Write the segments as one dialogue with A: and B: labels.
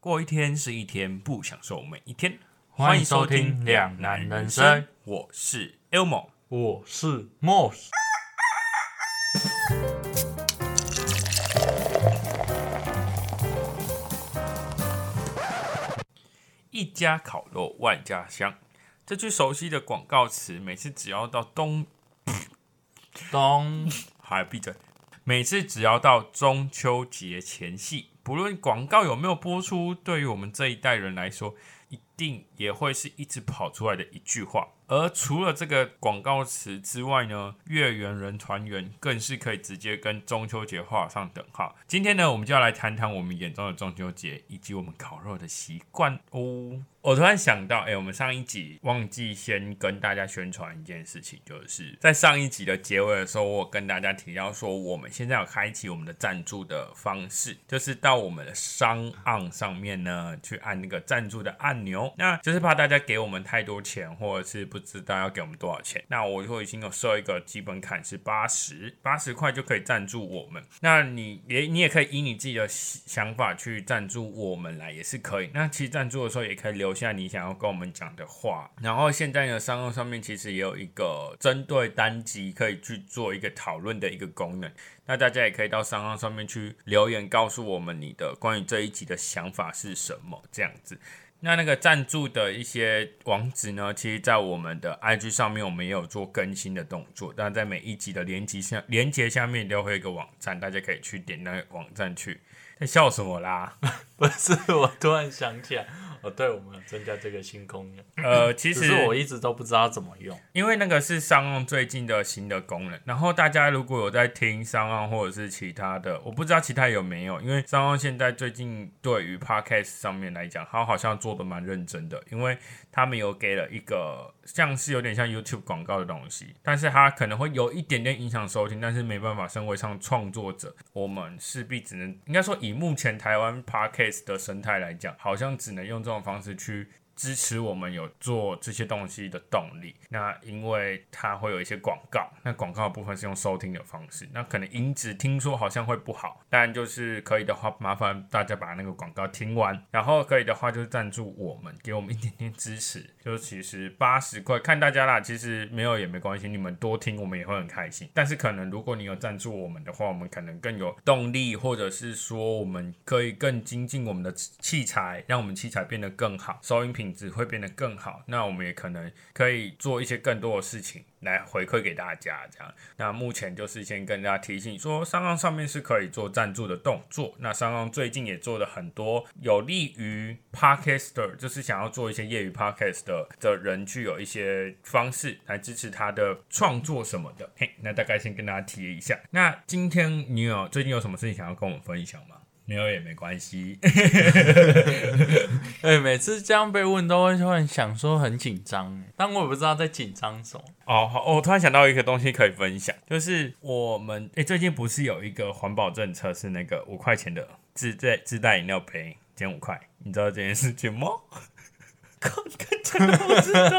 A: 过一天是一天，不享受每一天。
B: 欢迎收听《两难人生》，
A: 我是 Elmo。
B: 我是 Moss。
A: 一家烤肉万家香，这句熟悉的广告词，每次只要到冬，
B: 咚，
A: 还闭嘴。每次只要到中秋节前夕，不论广告有没有播出，对于我们这一代人来说，一定也会是一直跑出来的一句话。而除了这个广告词之外呢，月圆人团圆更是可以直接跟中秋节画上等号。今天呢，我们就要来谈谈我们眼中的中秋节，以及我们烤肉的习惯哦。我突然想到，哎、我们上一集忘记先跟大家宣传一件事情，就是在上一集的结尾的时候，我有跟大家提到说，我们现在有开启我们的赞助的方式，就是到我们的商岸上面呢，去按那个赞助的按钮。那就是怕大家给我们太多钱，或者是不知道要给我们多少钱。那我就已经有设一个基本坎是八十，八十块就可以赞助我们。那你也你也可以以你自己的想法去赞助我们来，也是可以。那其实赞助的时候也可以留下你想要跟我们讲的话。然后现在呢，商用上面其实也有一个针对单集可以去做一个讨论的一个功能。那大家也可以到商号上面去留言，告诉我们你的关于这一集的想法是什么，这样子。那那个赞助的一些网址呢，其实，在我们的 IG 上面，我们也有做更新的动作。但在每一集的连接下，连接下面都会有一个网站，大家可以去点那个网站去。在笑什么啦？
B: 不是，我突然想起来，哦，对，我们有增加这个新功能，
A: 呃，其
B: 只
A: 实
B: 是我一直都不知道怎么用。
A: 因为那个是商用最近的新的功能，然后大家如果有在听商用或者是其他的，我不知道其他有没有，因为商用现在最近对于 podcast 上面来讲，它好像做的蛮认真的，因为他们有给了一个像是有点像 YouTube 广告的东西，但是它可能会有一点点影响收听，但是没办法，身为上创作者，我们势必只能应该说以目前台湾 podcast 的生态来讲，好像只能用这种方式去支持我们有做这些东西的动力。那因为它会有一些广告，那广告的部分是用收听的方式，那可能音质听说好像会不好，但就是可以的话，麻烦大家把那个广告听完，然后可以的话就是赞助我们，给我们一点点支持。就其实八十块看大家啦，其实没有也没关系，你们多听我们也会很开心。但是可能如果你有赞助我们的话，我们可能更有动力，或者是说我们可以更精进我们的器材，让我们器材变得更好，收音品质会变得更好。那我们也可能可以做一些更多的事情来回馈给大家，这样。那目前就是先跟大家提醒说，商岸上面是可以做赞助的动作。那商岸最近也做了很多有利于 podcaster，就是想要做一些业余 podcast 的的人去有一些方式来支持他的创作什么的。嘿，那大概先跟大家提一下。那今天你有最近有什么事情想要跟我们分享吗？没有也没关系。
B: 哎，每次这样被问，都会突然想说很紧张，欸但我也不知道在紧张什么。
A: 哦，好，我突然想到一个东西可以分享，就是我们诶、最近不是有一个环保政策是那个五块钱的自带自带饮料杯减五块，你知道这件事情 吗？靠，你看真的不知道，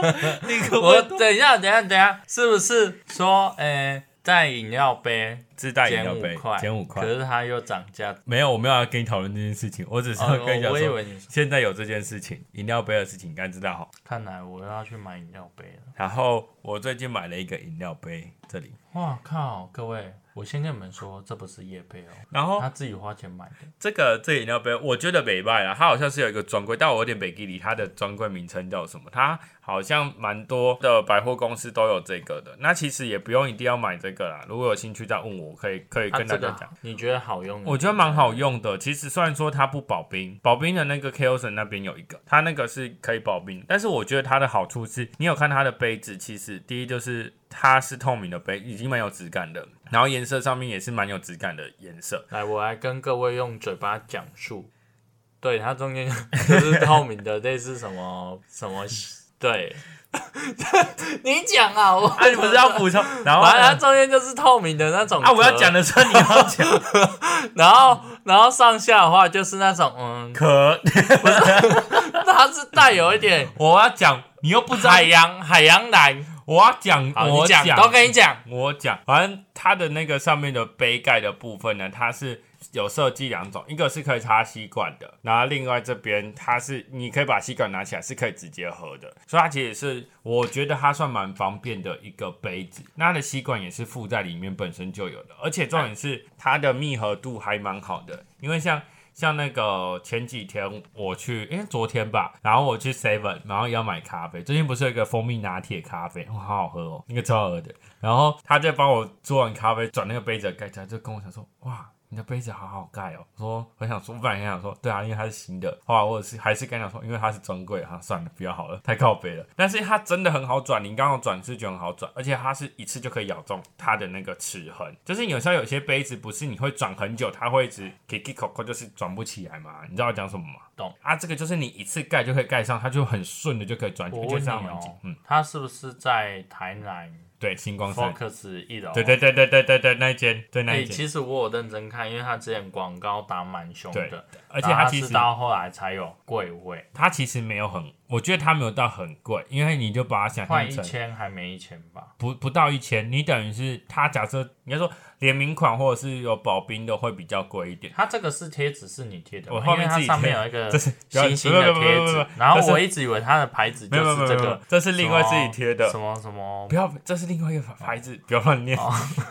A: 你可
B: 我
A: 我
B: 等一下，等一下，等一下，是不是说，哎、带饮料杯
A: 自带饮
B: 减
A: 料
B: 五
A: 杯
B: 块，
A: 减五块
B: 可，是它又涨价。
A: 没有，我没有要跟你讨论这件事 情，我只是
B: 哦
A: 要，跟你讲
B: 我以
A: 说，
B: 为你说，
A: 现在有这件事情，饮料杯的事情应该知道哈。
B: 看来我要去买饮料杯了。
A: 然后我最近买了一个饮料杯，这里，
B: 哇靠！各位，我先跟你们说，这不是叶配哦，
A: 然后
B: 他自己花钱买的。
A: 这个这个饮料杯，我觉得北拜啦，它好像是有一个专柜，但我有点北地理，它的专柜名称叫什么？它好像蛮多的百货公司都有这个的。那其实也不用一定要买这个啦，如果有兴趣再问我，可以可以
B: 啊
A: 跟大
B: 这
A: 家
B: 个
A: 讲。
B: 好你觉得好用？
A: 我觉得蛮好。用的。其实虽然说它不保冰，保冰的那个 k o s o n 那边有一个，它那个是可以保冰，但是我觉得它的好处是，你有看它的杯子，其实第一就是它是透明的杯，已经蛮有质感的，然后颜色上面也是蛮有质感的颜色。
B: 来，我来跟各位用嘴巴讲述。对，它中 间就是透明的，类似什么什么。对，你讲啊，我
A: 啊，你不是要补充？然后呢
B: 反正它中间就是透明的那种
A: 啊，我要
B: 壳
A: 讲的时候你要讲
B: 然后，然后上下的话就是那种，嗯，
A: 壳，
B: 它是带有 一点
A: 我要讲，你又不知道，
B: 海洋海洋蓝。
A: 我要讲，
B: 好，
A: 我
B: 你讲，都跟你讲。
A: 我讲，反正它的那个上面的杯盖的部分呢，它是有设计两种，一个是可以插吸管的，然后另外这边它是你可以把吸管拿起来，是可以直接喝的，所以它其实是我觉得它算蛮方便的一个杯子。那它的吸管也是附在里面本身就有的，而且重点是它的密合度还蛮好的，因为像。像那个前几天我去，因为昨天吧，然后我去 Seven，然后要买咖啡。最近不是有一个蜂蜜拿铁咖啡，哇，好好喝哦，那个超好喝的。然后他就帮我做完咖啡，转那个杯子的盖起来，就跟我讲说，哇。你的杯子好好盖哦，我说很想说，我本来很想说，对啊，因为它是新的。后来我是还是跟他讲说，因为它是专柜哈、啊，算了，不要好了，太靠背了。但是它真的很好转，你刚刚转是觉得很好转，而且它是一次就可以咬中它的那个齿痕。就是有时候有些杯子不是你会转很久，它会一直 kiki koko，就是转不起来嘛。你知道我讲什么吗？
B: 懂
A: 啊，这个就是你一次盖就可以盖上，它就很顺的就可以转起来，
B: 我
A: 就
B: 问你
A: 这样很紧
B: 哦。，
A: 嗯，
B: 他是不是在台南
A: 对，星光山，
B: Focus 一楼？
A: 对对对对对对对，那一间，对那
B: 哎、
A: 一间，
B: 其实我有认真看，因为他之前广告打蛮凶
A: 对
B: 的，
A: 而且
B: 然
A: 它
B: 后它
A: 其
B: 是
A: 实
B: 到后来才有贵位，
A: 它其实没有很，我觉得它没有到很贵，因为你就把它想
B: 换
A: 象
B: 一
A: 嗯成
B: 千还没一千吧？
A: 不不到一千，你等于是它假设应该说联名款或者是有保冰的会比较贵一点。
B: 它这个是贴纸，是你贴的吗，
A: 我后面
B: 因为它
A: 自己
B: 上面
A: 贴
B: 有一个
A: 这是不要
B: 星星呃
A: 不
B: 的
A: 不不
B: 贴
A: 不不
B: 纸
A: 不，
B: 然
A: 这
B: 后
A: 是
B: 我一直以为它的牌子
A: 没
B: 就
A: 有没有没
B: 是这
A: 有没有
B: 个，，
A: 这是另外自己贴的
B: 什，么哦什么
A: 不。要，这是另外一个牌子，不要乱念。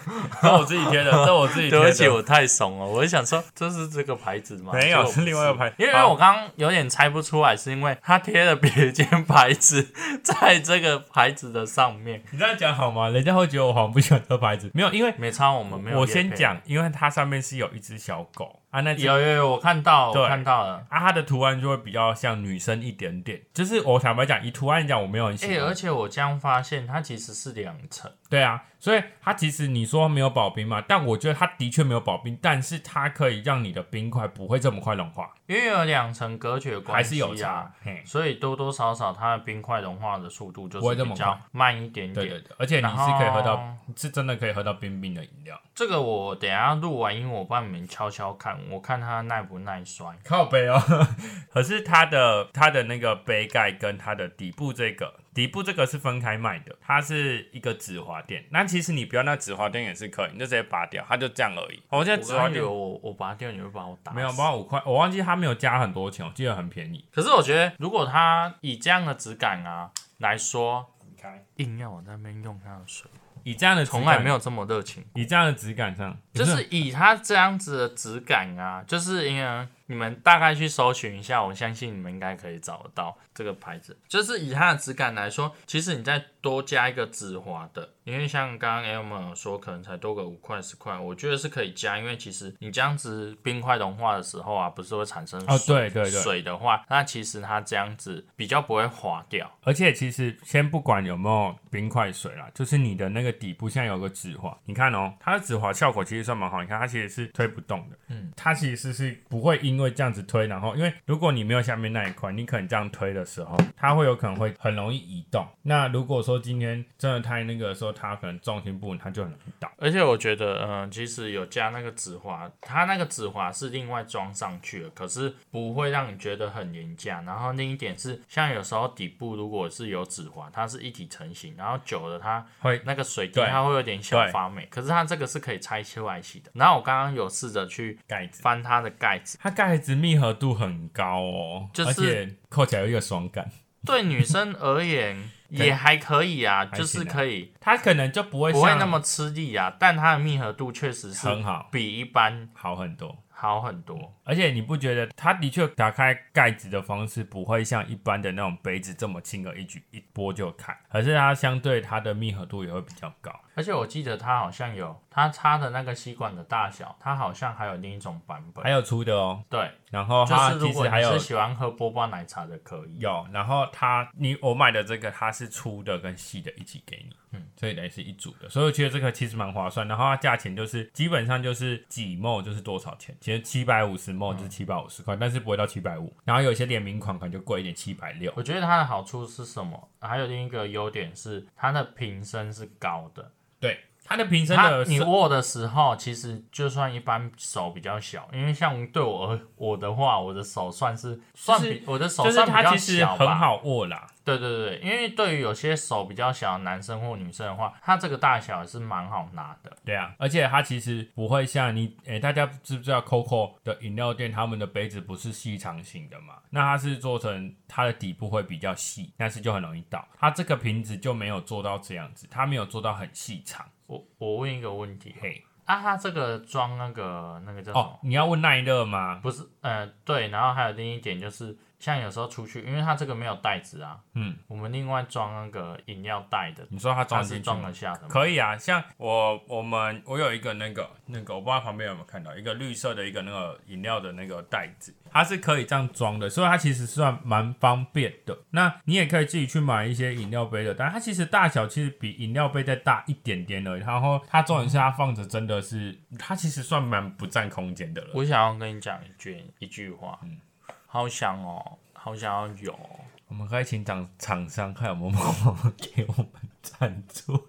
A: 这我自己 贴的，这我自己贴
B: 对
A: 的。
B: 不起，我太怂了。我就想说，这是这个牌子吗？
A: 没有
B: 结果不
A: 是另外一个牌
B: 因为我刚刚有点猜不出来，是因为它贴了别间牌子在这个牌子的上面。
A: 你这样讲好吗？人家会觉得我好像不喜欢这牌子。没有，因为
B: 没差，我们没有。
A: 我先，讲，因为它上面是有一只小狗啊，那只
B: 有有有，我看到，
A: 对
B: 我看到了。
A: 啊，它的图案就会比较像女生一点点。就是我坦白讲，以图案讲，我没有很喜
B: 哎、
A: 欢。
B: 而且我这样发现，它其实是两层。
A: 对啊，所以它其实你说没有保冰嘛，但我觉得它的确没有保冰，但是它可以让你的冰块不会这么快融化，
B: 因为有两层隔绝关系、啊，
A: 还是有差。嘿，
B: 所以多多少少它的冰块融化的速度就
A: 不会
B: 是
A: 这么
B: 比较慢一点点。
A: 对对对，而且你
B: 然
A: 是
B: 后
A: 可以喝到，是真的可以喝到冰冰的饮料。
B: 这个我等一下录完音，我帮你们敲敲看，我看它耐不耐摔。
A: 靠背哦， 可是它的它的那个杯盖跟它的底部这个底部这个是分开卖的，它是一个纸滑垫。那其实你不要那纸滑垫也是可以，你就直接拔掉，它就这样而已。我现在
B: 我
A: 纸滑
B: 刚以
A: 垫
B: 为我我拔掉你会把我打死
A: 没有，包五块，我忘记它没有加很多钱，我记得很便宜。
B: 可是我觉得，如果它以这样的质感啊来说，
A: 你开，
B: 硬要我在那边用它的水，
A: 以这样的质
B: 从
A: 感
B: 来没有这么热情。
A: 以这样的质感上，
B: 就是以它这样子的质感啊，就是因为你们大概去搜寻一下，我相信你们应该可以找得到这个牌子。就是以它的质感来说，其实你再多加一个止滑的，因为像刚刚 Elmer 有说，可能才多个五块十块，我觉得是可以加，因为其实你这样子冰块融化的时候啊，不是会产生
A: 哦，
B: 水
A: 对对对，
B: 水的话，那其实它这样子比较不会滑掉。
A: 而且其实先不管有没有冰块水啦，就是你的那个底部现在有个止滑，你看哦，它的止滑效果其实算蛮好，你看它其实是推不动的，
B: 嗯，
A: 它其实是不会因为这样子推，然后因为如果你没有下面那一块，你可能这样推的时候，它会有可能会很容易移动。那如果说今天真的太那个的时候，它可能重心不稳，它就很容易倒。
B: 而且我觉得，嗯、其实有加那个指滑，它那个指滑是另外装上去的，可是不会让你觉得很廉价。然后另一点是，像有时候底部如果是有指滑，它是一体成型，然后久了它
A: 会
B: 那个水滴
A: 对
B: 它会有点小
A: 对
B: 发霉，可是它这个是可以拆卸外洗的。然后我刚刚有试着去
A: 盖子，
B: 翻它的盖子，
A: 它盖子密合度很高哦，
B: 就是
A: 而且扣起来有一个爽感。
B: 对女生 而言
A: 对
B: 也还可以啊，
A: 还
B: 就
A: 行
B: 是
A: 啊
B: 可以
A: 它可能就不会
B: 不会
A: 像
B: 那么吃力啊，但它的密合度确实是
A: 很好
B: 比一般
A: 好很多，
B: 好很多。
A: 而且你不觉得它的确打开盖子的方式不会像一般的那种杯子这么轻而易举一拨就开，可是它相对它的密合度也会比较高。
B: 而且我记得它好像有它插的那个吸管的大小，它好像还有另一种版本
A: 还。有粗的哦，
B: 对，
A: 然后
B: 就
A: 它
B: 是
A: 其
B: 如
A: 实
B: 果
A: 还
B: 你
A: 有
B: 是喜欢喝波霸奶茶的，可以。
A: 有，然后它你我买的这个它是粗的跟细的一起给你，嗯，所以等于是一组的，所以我觉得这个其实蛮划算。然后它价钱就是基本上就是几毛就是多少钱，其实七百五十
B: 嗯
A: 毛就是七百五十块，但是不会到七百五。然后有些联名款可能就贵一点，七百六。
B: 我觉得它的好处是什么？还有另一个优点是它的瓶身是高的，
A: 对，它的瓶身
B: 它
A: 的
B: 你
A: 设
B: 握的时候，其实就算一般手比较小，因为像对我而我的话，我的手算是算比、我的手
A: 就是
B: 算比
A: 它
B: 较
A: 其实
B: 小
A: 很
B: 吧。
A: 好握啦，
B: 对对对，因为对于有些手比较小的男生或女生的话，它这个大小是蛮好拿的。
A: 对啊，而且它其实不会像你，诶、大家知不知道 Coco 的饮料店他们的杯子不是细长型的嘛？那它是做成它的底部会比较细，但是就很容易倒。它这个瓶子就没有做到这样子，它没有做到很细长。
B: 我我问一个问题
A: 嘿，
B: 啊，它这个装那个那个叫什么？
A: 哦，你要问耐热吗？
B: 不是，呃，对，然后还有另一点就是，像有时候出去，因为它这个没有袋子啊，
A: 嗯，
B: 我们另外装那个饮料袋的，
A: 你说它
B: 它
A: 装
B: 是
A: 进去
B: 装得
A: 吗？
B: 下的吗？
A: 可以啊，像我我们我有一个那个那个，我不知道旁边有没有看到一个绿色的一个那个饮料的那个袋子，它是可以这样装的，所以它其实算蛮方便的。那你也可以自己去买一些饮料杯的，但它其实大小其实比饮料杯再大一点点而已。然后它重点是它放着真的是，它其实算蛮不占空间的了。
B: 我想要跟你讲一句一句话，
A: 嗯
B: 好想哦，好想要有哦，
A: 我们可以请厂厂商看有没有给我们赞助。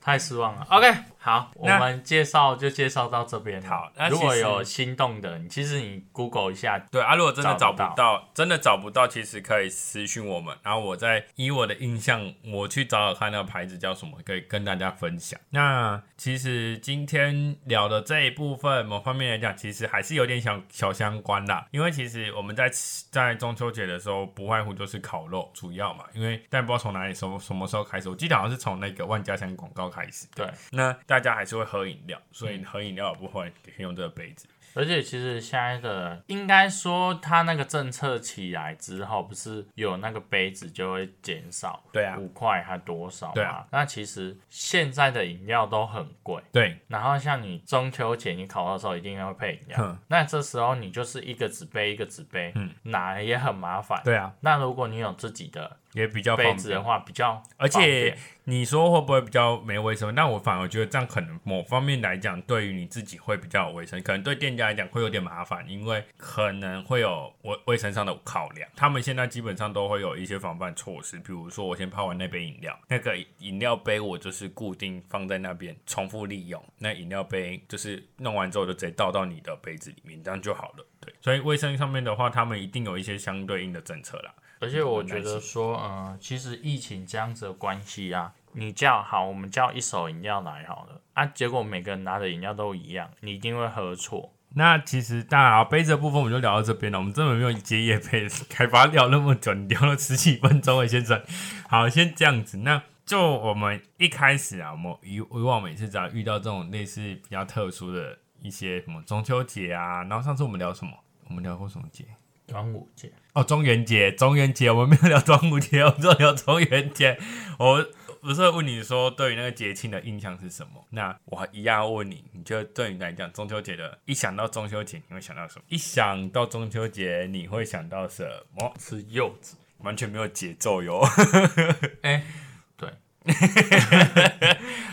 B: 太失望了。OK，好，我
A: 那
B: 们介绍就介绍到这边。
A: 好那
B: 如
A: 其
B: 果
A: 实
B: 有心动的，你其实你 Google 一下，
A: 对啊，如果真的
B: 找
A: 找
B: 不
A: 不
B: 到
A: 到，真的找不到，其实可以私讯我们，然后我再以我的印象，我去找找看那个牌子叫什么，可以跟大家分享。那其实今天聊的这一部分，某方面来讲，其实还是有点小小相关啦，因为其实我们在吃在中秋节的时候，不外乎就是烤肉主要嘛，因为但不知道从哪里什么什么时候开始，我记得好像是从那个万家香广告开始，
B: 对，嗯
A: 那大家还是会喝饮料，所以喝饮料的部分也可以用这个杯子。
B: 而且其实现在的应该说，它那个政策起来之后，不是有那个杯子就会减少，
A: 对啊
B: 五块还多少嘛？
A: 对啊
B: 那其实现在的饮料都很贵。
A: 对，
B: 然后像你中秋节你烤肉的时候一定要配饮料
A: 哼，
B: 那这时候你就是一个纸杯一个纸杯，
A: 嗯，
B: 拿也很麻烦。
A: 对啊，
B: 那如果你有自己的
A: 也比较
B: 杯
A: 方
B: 子
A: 便
B: 的话，比较
A: 而
B: 方
A: 且
B: 便
A: 你说会不会比较没卫生？但我反而觉得这样可能某方面来讲，对于你自己会比较有卫生，可能对店家来讲会有点麻烦，因为可能会有卫卫生上的考量。他们现在基本上都会有一些防范措施，比如说我先泡完那杯饮料，那个饮料杯我就是固定放在那边，重复利用。那饮料杯就是弄完之后就直接倒到你的杯子里面，这样就好了。对，所以卫生上面的话，他们一定有一些相对应的政策啦。
B: 而且我觉得说，呃，其实疫情这样子的关系啊，你叫好，我们叫一手饮料来好了啊，结果每个人拿的饮料都一样，你一定会喝错。
A: 那其实当然啊，杯子的部分我们就聊到这边了。我们根本没有接夜配，开发聊那么久，你聊了十几分钟了，先生。好，先这样子。那就我们一开始啊，我们以以往每次只要遇到这种类似比较特殊的一些什么中秋节啊，然后上次我们聊什么？我们聊过什么节？
B: 端午节，
A: 哦，中元节，中元节，我们没有聊端午节，我 们就聊中元节。我不是问你说对于那个节庆的印象是什么？那我一样问你，你觉得对你来讲，中秋节的，一想到中秋节，你会想到什么？一想到中秋节，你会想到什么？
B: 吃柚子，
A: 完全没有节奏哟。
B: 哎、对，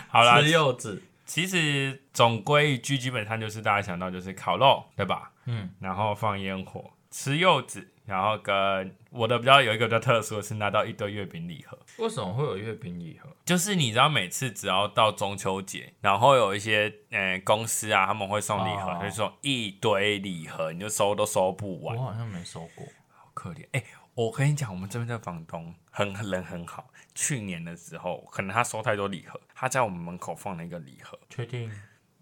A: 好啦
B: 吃，柚子，
A: 其实总归一句，基本上就是大家想到就是烤肉，对吧？
B: 嗯，
A: 然后放烟火，吃柚子，然后跟我的比较有一个比较特殊的是拿到一堆月饼礼盒。
B: 为什么会有月饼礼盒？
A: 就是你知道，每次只要到中秋节，然后有一些呃公司啊，他们会送礼盒，
B: 哦
A: 就送一堆礼盒，你就收都收不
B: 我
A: 完，
B: 好像没收过。
A: 好可怜。哎、我跟你讲，我们这边的房东很人很好，去年的时候可能他收太多礼盒，他在我们门口放了一个礼盒，
B: 确定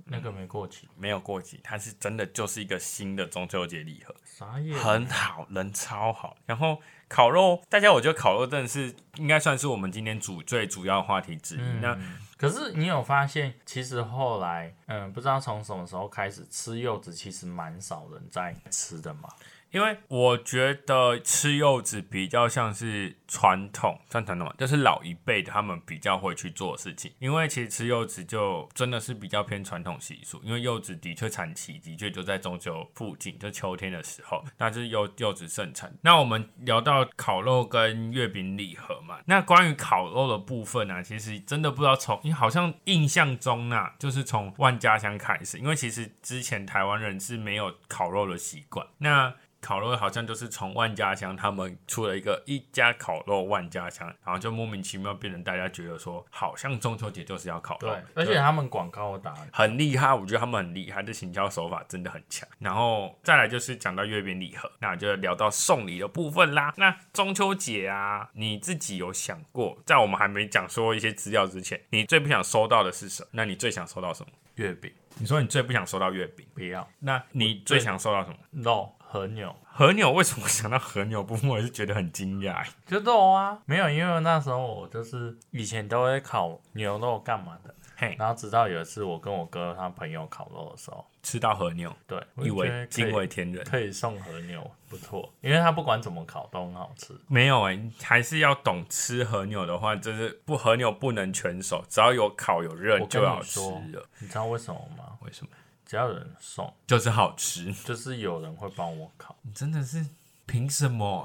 B: 那个没过期？
A: 没有过期，他是真的就是一个新的中秋节礼盒，
B: 啥也
A: 很好，人超好。然后烤肉，大家我觉得烤肉真的是应该算是我们今天主最主要的话题之一。
B: 嗯
A: 那
B: 可是你有发现，其实后来，嗯，不知道从什么时候开始，吃柚子其实蛮少人在吃的嘛。
A: 因为我觉得吃柚子比较像是传统，算传统嘛，就是老一辈的他们比较会去做的事情。因为其实吃柚子就真的是比较偏传统习俗，因为柚子的确产期的确就在中秋附近，就秋天的时候，那就是柚柚子盛产。那我们聊到烤肉跟月饼礼盒嘛，那关于烤肉的部分呢、啊，其实真的不知道从，因为好像印象中啊，就是从万家香开始，因为其实之前台湾人是没有烤肉的习惯，那。烤肉好像就是从万家香他们出了一个一家烤肉万家香，然后就莫名其妙变成大家觉得说，好像中秋节就是要烤肉
B: 对，，而且他们广告打得
A: 很厉害，我觉得他们很厉害，这行销手法真的很强。然后再来就是讲到月饼礼盒，那就聊到送礼的部分啦。那中秋节啊，你自己有想过，在我们还没讲说一些资料之前，你最不想收到的是什么？那你最想收到什么？
B: 月饼
A: 你说你最不想收到月饼，
B: 不要
A: 那你最想收到什么？
B: 肉和牛
A: 和牛为什么想到和牛部分，我也是觉得很惊讶欸。
B: 就肉啊，没有，因为那时候我就是以前都会烤牛肉干嘛的，
A: 嘿，
B: 然后直到有一次我跟我哥他朋友烤肉的时候，
A: 吃到和牛，
B: 对，我
A: 一
B: 就觉
A: 为
B: 得
A: 惊
B: 可以
A: 为天人。
B: 可以送和牛，不错，因为他不管怎么烤都很好吃。
A: 没有哎、还是要懂吃和牛的话，就是不和牛不能全熟，只要有烤有热
B: 我跟
A: 就
B: 你
A: 好吃
B: 说
A: 了。
B: 你知道为什么吗？
A: 为什么？
B: 只要有人送，
A: 就是好吃。
B: 就是有人会帮我 烤，
A: 你真的是凭什么？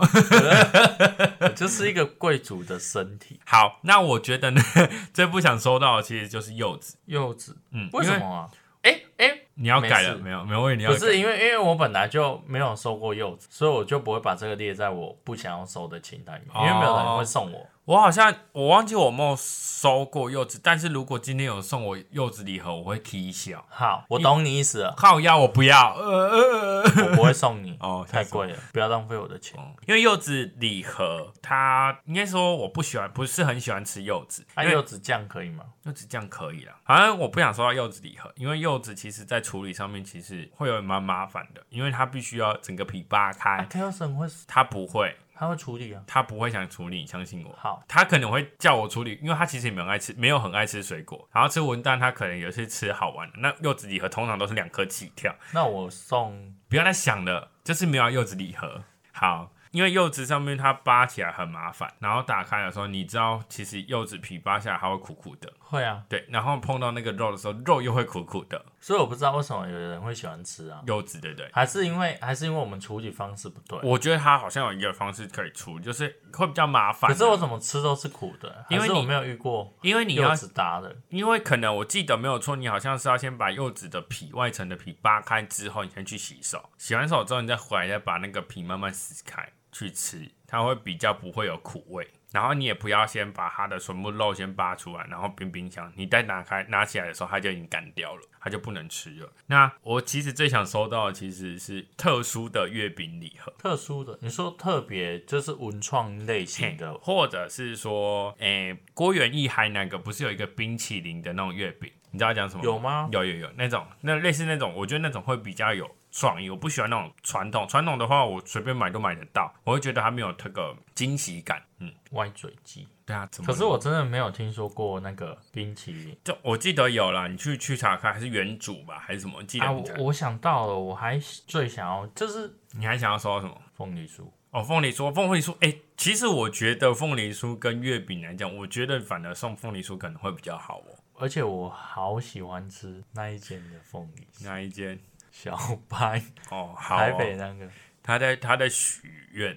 B: 我就是一个贵族的身体。
A: 好，那我觉得呢， 最不想收到的其实就是柚子。
B: 柚子，
A: 嗯，
B: 为什
A: 因
B: 么啊？哎哎，
A: 你要改了
B: 没事
A: 没有？没有问题，你要
B: 不
A: 改
B: 是因为因为我本来就没有收过柚子，所以我就不会把这个列在我不想要收的清单里面，因为没有人会送我。
A: 我好像我忘记我有没有收过柚子，但是如果今天有送我柚子礼盒，我会踢笑。
B: 好，我懂你意思了，
A: 靠腰我不要，呃，，
B: 我不会送 你
A: 哦
B: 太贵了，不要浪费我哦的钱。
A: 因为柚子礼盒，它应该说我不喜欢，不是很喜欢吃柚子，
B: 那
A: 因为
B: 啊柚子酱可以吗？
A: 柚子酱可以啦。好像我不想收到柚子礼盒，因为柚子其实在处理上面其实会有蛮麻烦的，因为它必须要整个皮扒
B: 啊
A: 开，
B: ，Kelson 会，
A: 它不会，
B: 他会处理啊。
A: 它不会想处理，你相信我。
B: 好，
A: 他可能会叫我处理，因为他其实也没有很爱吃，没有很爱吃水果。然后吃文旦，他可能也是吃好玩的。那柚子礼盒通常都是两颗起跳，
B: 那我送
A: 不要再想了，就是没有要柚子礼盒。好，因为柚子上面它扒起来很麻烦，然后打开的时候，你知道其实柚子皮扒下来它会苦苦的，
B: 会啊，
A: 对，然后碰到那个肉的时候，肉又会苦苦的，
B: 所以我不知道为什么有人会喜欢吃啊，
A: 柚子对不对？
B: 还是因为还是因为我们处理方式不对。
A: 我觉得它好像有一个方式可以处理，就是会比较麻烦。
B: 可是我怎么吃都是苦的，
A: 因为
B: 还是我
A: 你
B: 没有遇过
A: 因为你要
B: 柚子搭的，
A: 因为可能我记得没有错，你好像是要先把柚子的皮外层的皮扒开之后，你先去洗手，洗完手之后你再回来，再把那个皮慢慢撕开去吃，它会比较不会有苦味。然后你也不要先把它的全部肉先扒出来，然后冰冰箱，你再拿开拿起来的时候，它就已经干掉了，它就不能吃了。那我其实最想收到的其实是特殊的月饼礼盒，
B: 特殊的。你说特别就是文创类型的，
A: 或者是说，诶、郭元义还那个不是有一个冰淇淋的那种月饼，你知道讲什么吗？
B: 有吗？
A: 有有有那种，那类似那种，我觉得那种会比较有创意。我不喜欢那种传统，传统的话我随便买都买得到，我会觉得它没有这个惊喜感。嗯，
B: 歪嘴鸡，
A: 对啊，怎么
B: 可
A: 了？
B: 是我真的没有听说过那个冰淇淋
A: 就我记得有啦，你去去查看还是原主吧，还是什么？记得
B: 啊！
A: 你
B: 我
A: 查、
B: 我想到了，我还最想要就是
A: 你还想要收到什么？
B: 凤梨酥，
A: 哦，凤梨酥，凤梨酥，哎、其实我觉得凤梨酥跟月饼来讲，我觉得反而送凤梨酥可能会比较好哦。
B: 而且我好喜欢吃那一间的凤梨酥
A: 那一间
B: 小白
A: 哦，好哦
B: 台北那个，
A: 他在他在许愿，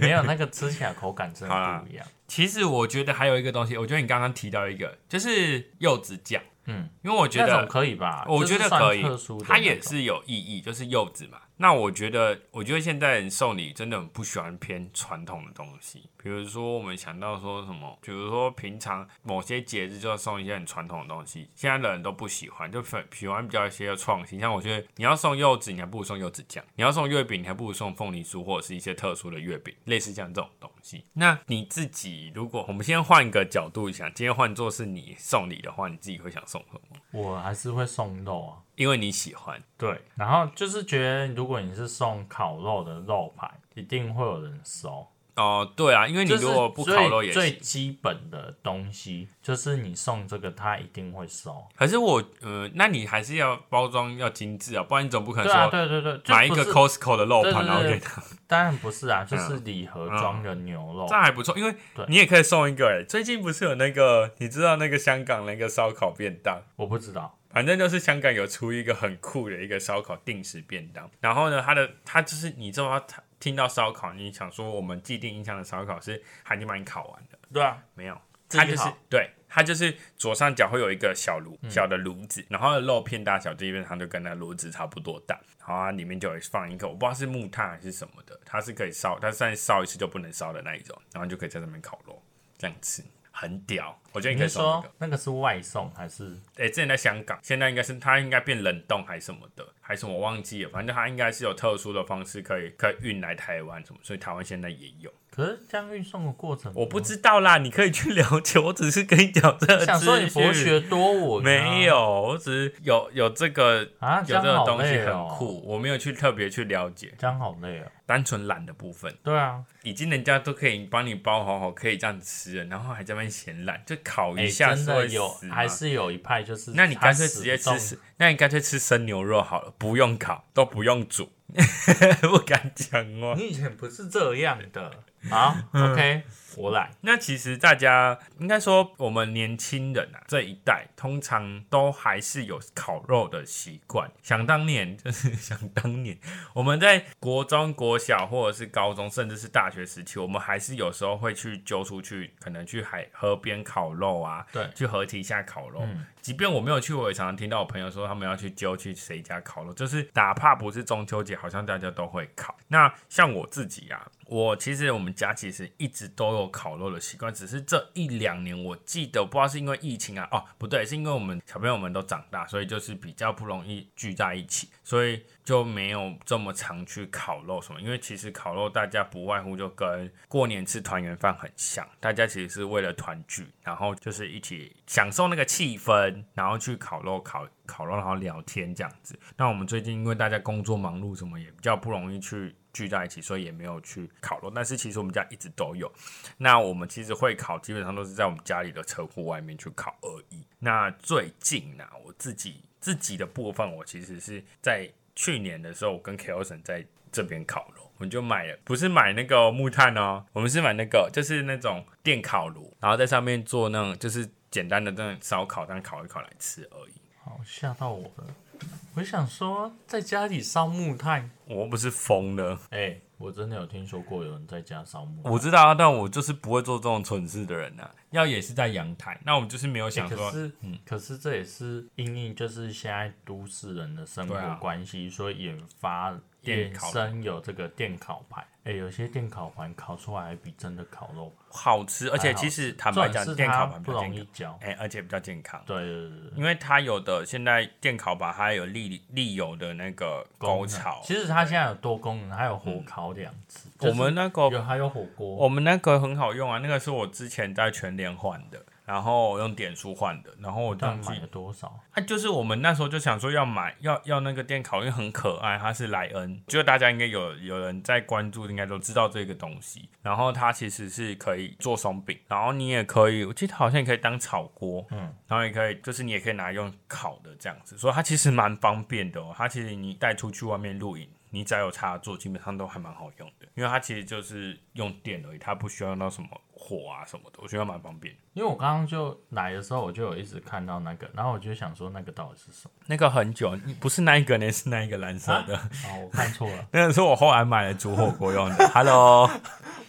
B: 没有那个吃起来口感真的不一样。
A: 其实我觉得还有一个东西，我觉得你刚刚提到一个，就是柚子酱，
B: 嗯，
A: 因为我觉
B: 那种
A: 得
B: 可以吧？
A: 我觉
B: 就
A: 得
B: 是算
A: 可以
B: 特殊的，
A: 它也。是有意义，就是柚子嘛。那我觉得，我觉得现在人送礼真的很不喜欢偏传统的东西，比如说我们想到说什么，比如说平常某些节日就要送一些很传统的东西，现在的人都不喜欢，就喜喜欢比较一些创新。像我觉得你要送柚子，你还不如送柚子酱；你要送月饼，你还不如送凤梨酥或者是一些特殊的月饼，类似像这种东西。那你自己如果我们先换一个角度想，今天换做是你送礼的话，你自己会想送什么？
B: 我还是会送肉啊。
A: 因为你喜欢。
B: 对，然后就是觉得，如果你是送烤肉的肉排，一定会有人收。
A: 哦，对啊，因为你
B: 就是
A: 如果不烤肉也
B: 最最
A: 行。
B: 基本的东西，就是你送这个，他一定会收。
A: 可是我，呃，那你还是要包装要精致啊，不然你总不可
B: 对啊，
A: 能说
B: 对对对，就
A: 买一
B: 不
A: 个
B: 是
A: Costco 的肉
B: 对
A: 盘
B: 对
A: 然后
B: 对
A: 给他，嗯
B: 当然不是啊，就是礼盒装的牛肉
A: 这。样还不错，因为
B: 对
A: 你也可以送一个、欸。最近不是有那个，你知道那个香港那个烧烤便当？
B: 我不知道，
A: 反正就是香港有出一个很酷的一个烧烤定时便当，然后呢，它的它就是你知道它听到烧烤，你想说我们既定印象的烧烤是还你把你烤完的，
B: 对啊，
A: 没有，
B: 自
A: 它
B: 己
A: 就是
B: 好
A: 对，它就是左上角会有一个小炉、
B: 嗯
A: 小的炉子，然后肉片大小基本上就跟那炉子差不多大，然后它里面就有放一个我不知道是木炭还是什么的，它是可以烧，它算烧一次就不能烧的那一种，然后就可以在上面烤肉这样吃。很屌，我觉得你
B: 你
A: 可以
B: 是
A: 送这
B: 说
A: 个。
B: 那个是外送还是？
A: 诶、之前在香港，现在应该是它应该变冷冻还是什么的，还是什么我忘记了，反正它应该是有特殊的方式可以可以运来台湾什么，所以台湾现在也有。
B: 可是这样运送的过程，
A: 我不知道啦，你可以去了解，我只是跟你讲这个
B: 想说你
A: 资
B: 博
A: 讯
B: 学多闻、啊，
A: 没有，我只是有有这个
B: 啊，
A: 有
B: 这
A: 这
B: 样
A: 个
B: 好
A: 东西
B: 累
A: 很
B: 哦，
A: 酷，我没有去特别去了解，
B: 这样好累哦。
A: 单纯懒的部分，
B: 对啊，
A: 已经人家都可以帮你包好好，可以这样吃了，然后还在那边嫌懒，就烤
B: 哎、
A: 一下
B: 真
A: 是
B: 的
A: 会
B: 有
A: 死，吗
B: 还是有一派就是，
A: 那你干脆直接吃生，那你干脆吃生牛肉好了，不用烤，都不用煮。 不敢讲话。
B: 你以前不是这样 的啊
A: 嗯
B: ？OK，我来。
A: 那其实大家应该说，我们年轻人啊这一代，通常都还是有烤肉的习惯。想当年， 就是想当年，我们在国中、国小或者是高中，甚至是大学时期，我们还是有时候会去揪出去，可能去海河边烤肉啊，
B: 对
A: 去河堤下烤肉。即便我没有去，我也常常听到我朋友说他们要去揪去谁家烤肉，就是哪怕不是中秋节，好像大家都会烤。那像我自己啊，我其实我们家其实一直都有烤肉的习惯，只是这一两年我记得不知道是因为疫情啊，哦不对，是因为我们小朋友们都长大，所以就是比较不容易聚在一起，所以就没有这么常去烤肉什么。因为其实烤肉大家不外乎就跟过年吃团圆饭很像，大家其实是为了团聚，然后就是一起享受那个气氛，然后去烤肉烤烤肉，然后聊天这样子。那我们最近因为大家工作忙碌，什么也比较不容易去。聚在一起，所以也没有去烤肉。但是其实我们家一直都有，那我们其实会烤，基本上都是在我们家里的车库外面去烤而已。那最近呢、我自己自己的部分，我其实是在去年的时候，我跟 k e l s o n 在这边烤肉，我们就买了，不是买那个木炭哦，我们是买那个就是那种电烤炉，然后在上面做那种就是简单的那种烧烤，但烤一烤来吃而已。
B: 好吓到我了！我想说，在家里烧木炭，
A: 我又不是疯了，
B: 哎、我真的有听说过有人在家烧木炭。
A: 我知道啊，但我就是不会做这种蠢事的人呐、啊要也是在阳台，那我们就是没有想
B: 欸
A: 说嗯
B: 可，是，可是这也是因应就是现在都市人的生
A: 对啊
B: 活关系，所以引发
A: 电
B: 衍
A: 烤
B: 生有这个电烤盘。哎、有些电烤盘烤出来还比真的烤肉，
A: 好吃，而且
B: 还好
A: 其实坦白
B: 重点
A: 讲，
B: 是
A: 电烤
B: 它
A: 盘比
B: 不
A: 较
B: 容
A: 健
B: 易
A: 康，
B: 焦。
A: 哎、而且比较健康，
B: 对对对对对，
A: 因为它有的现在电烤盘它有沥沥油的那个沟槽，
B: 其实它现在有多功能，它有火烤两次。
A: 嗯我们那个
B: 就是有还有火锅，
A: 我们那个很好用啊，那个是我之前在全联换的，然后我用点数换的，然后我
B: 但
A: 忘记
B: 买了多少？
A: 啊，就是我们那时候就想说要买，要要那个电烤，因为很可爱，它是莱恩，就大家应该有有人在关注，应该都知道这个东西。然后它其实是可以做松饼，然后你也可以，我记得好像也可以当炒锅，嗯，然后也可以，就是你也可以拿来用烤的这样子，所以它其实蛮方便的哦。它其实你带出去外面露营。你只要有插座，基本上都还蛮好用的，因为它其实就是用电而已，它不需要用到什么火啊什么的，我觉得蛮方便的。
B: 因为我刚刚就来的时候，我就有一直看到那个，然后我就想说那个到底是什么？
A: 那个很久，不是那一个呢，是那一个蓝色的。
B: 啊，我看错 了，
A: 那个是我后来买来煮火锅用 的。Hello，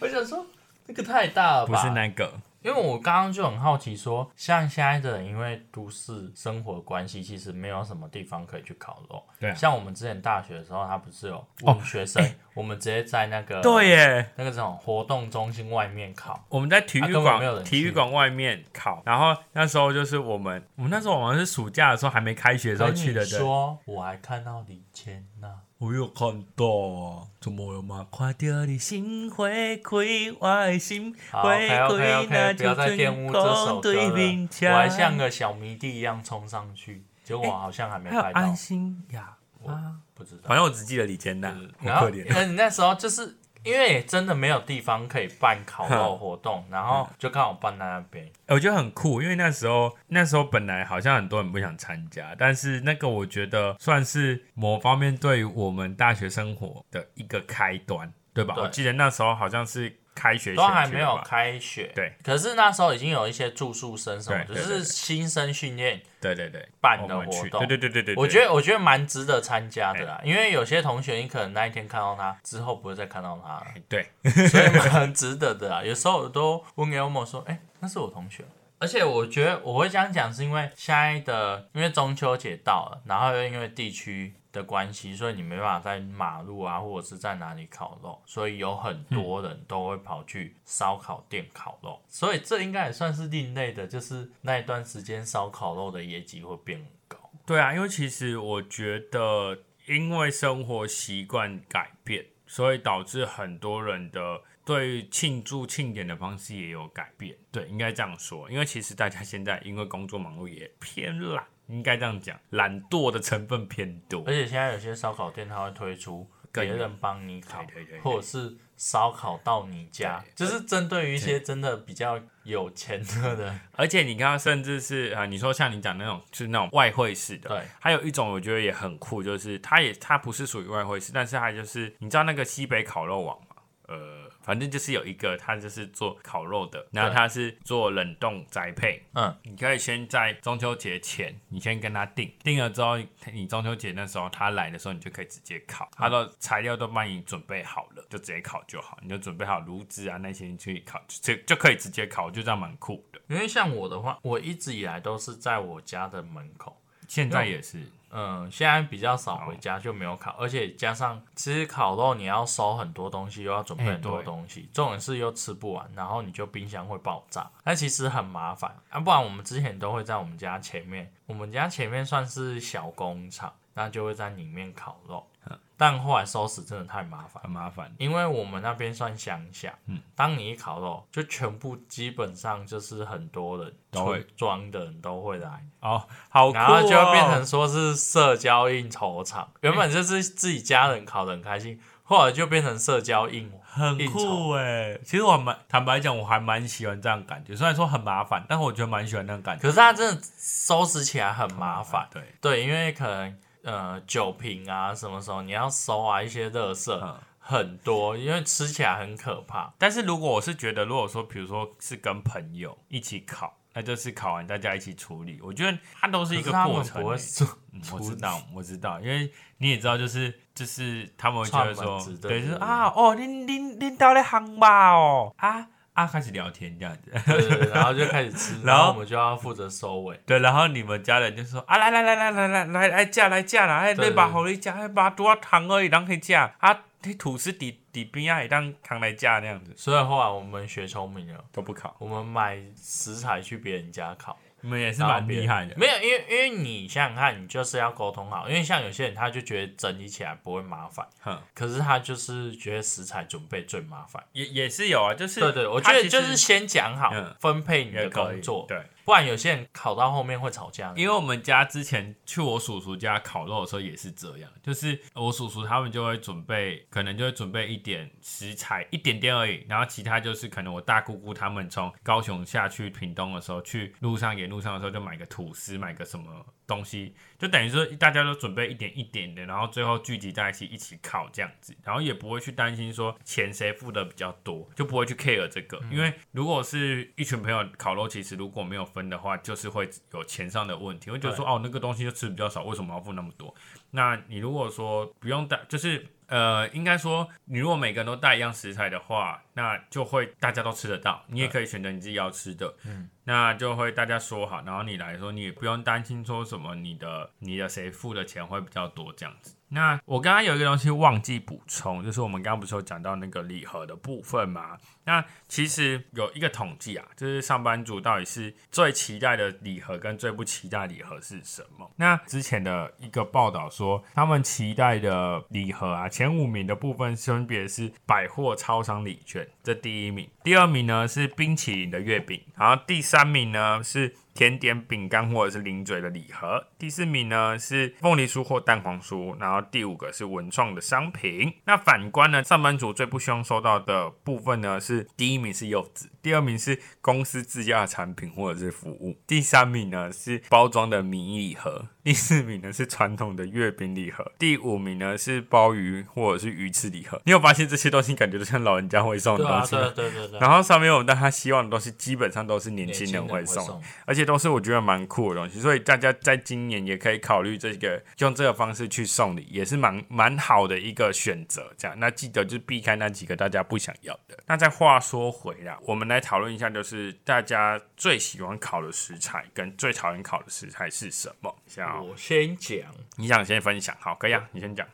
B: 我想说那个太大了吧？
A: 不是那个，
B: 因为我刚刚就很好奇说，像现在的人因为都市生活关系，其实没有什么地方可以去烤肉。
A: 对啊哦
B: 像我们之前大学的时候，他不是有问学生，我们直接在那个
A: 对耶，
B: 那个这种活动中心外面烤。
A: 我们在体育
B: 啊根本没有
A: 馆
B: 人去
A: 体育馆外面烤，然后那时候就是我们，我们那时候好像是暑假的时候还没开学的时候
B: 跟
A: 去
B: 哎你
A: 的，对。
B: 说，我还看到李千娜，
A: 我有看到啊，怎么了嘛？看到你心会开，我的心
B: 好
A: 会
B: ，OK OK
A: 开，那
B: OK，不
A: 就
B: 要再玷污这首歌
A: 对
B: 了。
A: 面墙。
B: 我还像个小迷弟一样冲上去，结果我好像还没
A: 还有
B: 拍到，
A: 安心呀，啊
B: 我不知道
A: 反。正我只记得李健娜，
B: 嗯然
A: 好
B: 后
A: 可怜。啊
B: 那你那时候就是因为真的没有地方可以办烤肉活动，
A: 嗯
B: 然后就刚好办在那边。
A: 我觉得很酷，因为那时候那时候本来好像很多人不想参加，但是那个我觉得算是某方面对于我们大学生活的一个开端，对吧？
B: 对
A: 我记得那时候好像是开学前
B: 都还
A: 去
B: 没
A: 的
B: 有
A: 吧
B: 开学，
A: 对，
B: 可是那时候已经有一些住宿生什么，
A: 对
B: 就
A: 对对
B: 是新生训练
A: 对对对，
B: 办的
A: 我们
B: 活
A: 去
B: 动，
A: 对对对对对，哎
B: 我觉得我觉得蛮值得参加的啦，因为有些同学你可能那一天看到他之后不会再看到他了，
A: 得对，
B: 所以蛮值得的啊啦。有时候我都问 Elmo 说：“哎、那是我同学。”而且我觉得我会这样讲，是因为现在的因为中秋节到了，然后又因为地区的关系，所以你没办法在马路啊或者是在哪里烤肉，所以有很多人都会跑去烧烤店烤肉，所以这应该也算是另类的，就是那一段时间烧烤肉的业绩会变高。
A: 对啊，因为其实我觉得，因为生活习惯改变，所以导致很多人的对于庆祝庆典的方式也有改变。对，应该这样说，因为其实大家现在因为工作忙碌也偏懒，应该这样讲，懒惰的成分偏多
B: 而。且现在有些烧烤店它会推出别
A: 更
B: 人帮你烤，
A: 对对对对
B: 或者是烧烤到你家，就是针对于一些真的比较有钱的人，
A: 而且你看，甚至是啊，你说像你讲那种，就是那种外汇式的。
B: 对。
A: 还有一种我觉得也很酷，就是它也它不是属于外汇式，但是它就是你知道那个西北烤肉网吗？呃，反正就是有一个，它就是做烤肉的，然后它是做冷冻宅配。
B: 嗯，
A: 你可以先在中秋节前，你先跟他订，订了之后，你中秋节那时候他来的时候，你就可以直接烤，
B: 嗯
A: 他的材料都帮你准备好了，就直接烤就好，你就准备好炉子啊那些你去烤，就就就可以直接烤，就这样蛮酷的。
B: 因为像我的话，我一直以来都是在我家的门口。
A: 现在也是，
B: 嗯，现在比较少回家，就没有烤，而且加上其实烤肉你要收很多东西，又要准备
A: 哎
B: 很多
A: 对
B: 东西，这种事又吃不完，然后你就冰箱会爆炸，那其实很麻烦啊。不然我们之前都会在我们家前面，我们家前面算是小工厂，那就会在里面烤肉，
A: 嗯
B: 但后来收拾真的太麻烦。
A: 很麻烦。
B: 因为我们那边算乡下，嗯，当你一烤肉，就全部基本上就是很多人
A: 都会
B: 村庄的人都会来，
A: 哦，好酷、哦，
B: 然后就会变成说是社交应酬场，原
A: 嗯
B: 本就是自己家人烤得很开心，后来就变成社交应
A: 很
B: 应酬
A: 酷哎、其实我还蛮坦白讲，我还蛮喜欢这样的感觉，虽然说很麻烦，但我觉得蛮喜欢那种感觉。
B: 可是它真的收拾起来很麻烦，
A: 啊对，
B: 对，因为可能呃酒瓶啊什么时候你要收啊一些垃圾
A: 嗯。
B: 很多，因为吃起来很可怕。
A: 但是如果我是觉得，如果说比如说是跟朋友一起烤，那就是烤完大家一起处理，我觉得它都是一
B: 可
A: 个
B: 他
A: 过
B: 们
A: 程
B: 不会
A: 欸、
B: 做，
A: 嗯我知道，我知道，因为你也知道，就是就是他们会觉
B: 串
A: 得说
B: 门子，对
A: 对，就是
B: 对对
A: 啊，哦，您您您到那行吧，哦，啊啊，开始聊天这样子。
B: 对对对，然后就开始吃，
A: 然
B: 然
A: 后
B: 后我们就要负责收尾。
A: 对，然后你们家人就说啊，来来来来来来来来嫁来嫁啦，哎，
B: 对
A: 那把好你嫁，哎，把多糖而已，人可以嫁啊，那吐司底底边啊，也当糖来嫁那样子，
B: 所以后来我们学聪明了，
A: 都不烤，
B: 我们买食材去别人家烤，
A: 你们也是
B: 然后
A: 蛮
B: 别
A: 厉
B: 人
A: 害的，
B: 没有，因为因为你想想看，你就是要沟通好，因为像有些人他就觉得整理起来不会麻烦，
A: 哼，
B: 可是他就是觉得食材准备最麻烦。
A: 也也是有啊，就是
B: 对对，我觉
A: 它
B: 得
A: 其
B: 就是
A: 实
B: 先讲好
A: 嗯
B: 分配你
A: 也
B: 的
A: 可以
B: 工作，
A: 对。
B: 不然有些人烤到后面会吵架的。
A: 因为我们家之前去我叔叔家烤肉的时候也是这样，就是我叔叔他们就会准备，可能就会准备一点食材，一点点而已，然后其他就是可能我大姑姑他们从高雄下去屏东的时候，去路上沿路上的时候就买个吐司，买个什么东西，就等于说大家都准备一点一点的，然后最后聚集在一起一起烤这样子，然后也不会去担心说钱谁付的比较多，就不会去 care 这个，因为如果是一群朋友烤肉，其实如果没有分的话，就是会有钱上的问题，会觉得说哦那个东西就吃比较少，为什么要付那么多？那你如果说不用带，就是呃，应该说你如果每个人都带一样食材的话，那就会大家都吃得到，你也可以选择你自己要吃的，嗯，那就会大家说好，然后你来说，你也不用担心说什么你的你的谁付的钱会比较多这样子。那我刚刚有一个东西忘记补充，就是我们刚刚不是有讲到那个礼盒的部分嘛？那其实有一个统计啊，就是上班族到底是最期待的礼盒跟最不期待的礼盒是什么？那之前的一个报道说，他们期待的礼盒啊，前五名的部分分别是百货超商礼券，这第一名；第二名呢是冰淇淋的月饼，然后第三名呢是甜点、饼干或者是零嘴的礼盒。第四名呢是凤梨酥或蛋黄酥，然后第五个是文创的商品。那反观呢，上班族最不希望收到的部分呢是第一名是柚子，第二名是公司自家的产品或者是服务，第三名呢是包装的迷你礼盒。第四名呢是传统的月饼礼盒，第五名呢是鲍鱼或者是鱼翅礼盒。你有发现这些东西感觉都像老人家会送的
B: 对
A: 东
B: 啊，
A: 西
B: 对
A: 吗？
B: 啊对啊对啊对啊，
A: 然后上面我们大家希望的东西，基本上都是年轻人
B: 会
A: 会送，，而且都是我觉得蛮酷的东西，所以大家在今年也可以考虑这个用这个方式去送礼，也是蛮蛮好的一个选择。这样，那记得就是避开那几个大家不想要的。那再话说回来，我们来讨论一下，就是大家最喜欢烤的食材跟最讨厌烤的食材是什么？像、
B: 我先讲，
A: 你想先分享，好，可以啊，你先讲。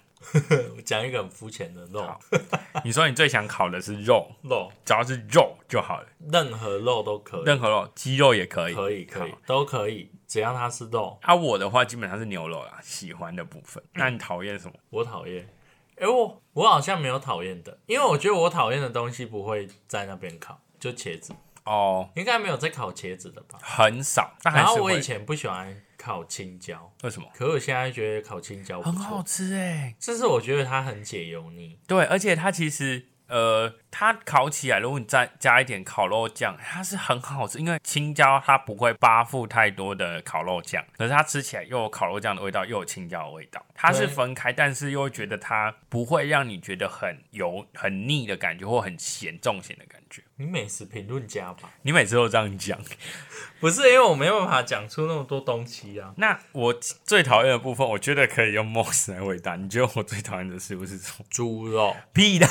B: 我讲一个很肤浅的肉
A: 好你说你最想烤的是肉，
B: 肉，
A: 只要是肉就好了，
B: 任何肉都可以，
A: 任何肉，鸡肉也可以。
B: 可以可以
A: 好
B: 都可以，只要它是肉，
A: 啊，我的话基本上是牛肉啦，喜欢的部分。
B: 嗯
A: 那你讨厌什么？
B: 我讨厌。哎、我我好像没有讨厌的，因为我觉得我讨厌的东西不会在那边烤，就茄子，
A: 哦，
B: 应该没有在烤茄子的吧？
A: 很少，但还
B: 然
A: 是
B: 后我
A: 会
B: 以前不喜欢烤青椒，
A: 为什么？
B: 可我现在觉得烤青椒不
A: 很好
B: 错，
A: 吃哎、
B: 就是我觉得它很解油腻。
A: 对，而且它其实呃，它烤起来，如果你再加一点烤肉酱，它是很好吃，因为青椒它不会扒附太多的烤肉酱，可是它吃起来又有烤肉酱的味道，又有青椒的味道，它是
B: 对
A: 分开，但是又觉得它不会让你觉得很油、很腻的感觉，或很咸、重咸的感觉。
B: 你美食评论家吧？
A: 你每次都这样讲。
B: 不是，因为我没有办法讲出那么多东西啊。
A: 那我最讨厌的部分，我觉得可以用 Moss 来回答。你觉得我最讨厌的食物是什 么？
B: 猪肉、
A: 屁的，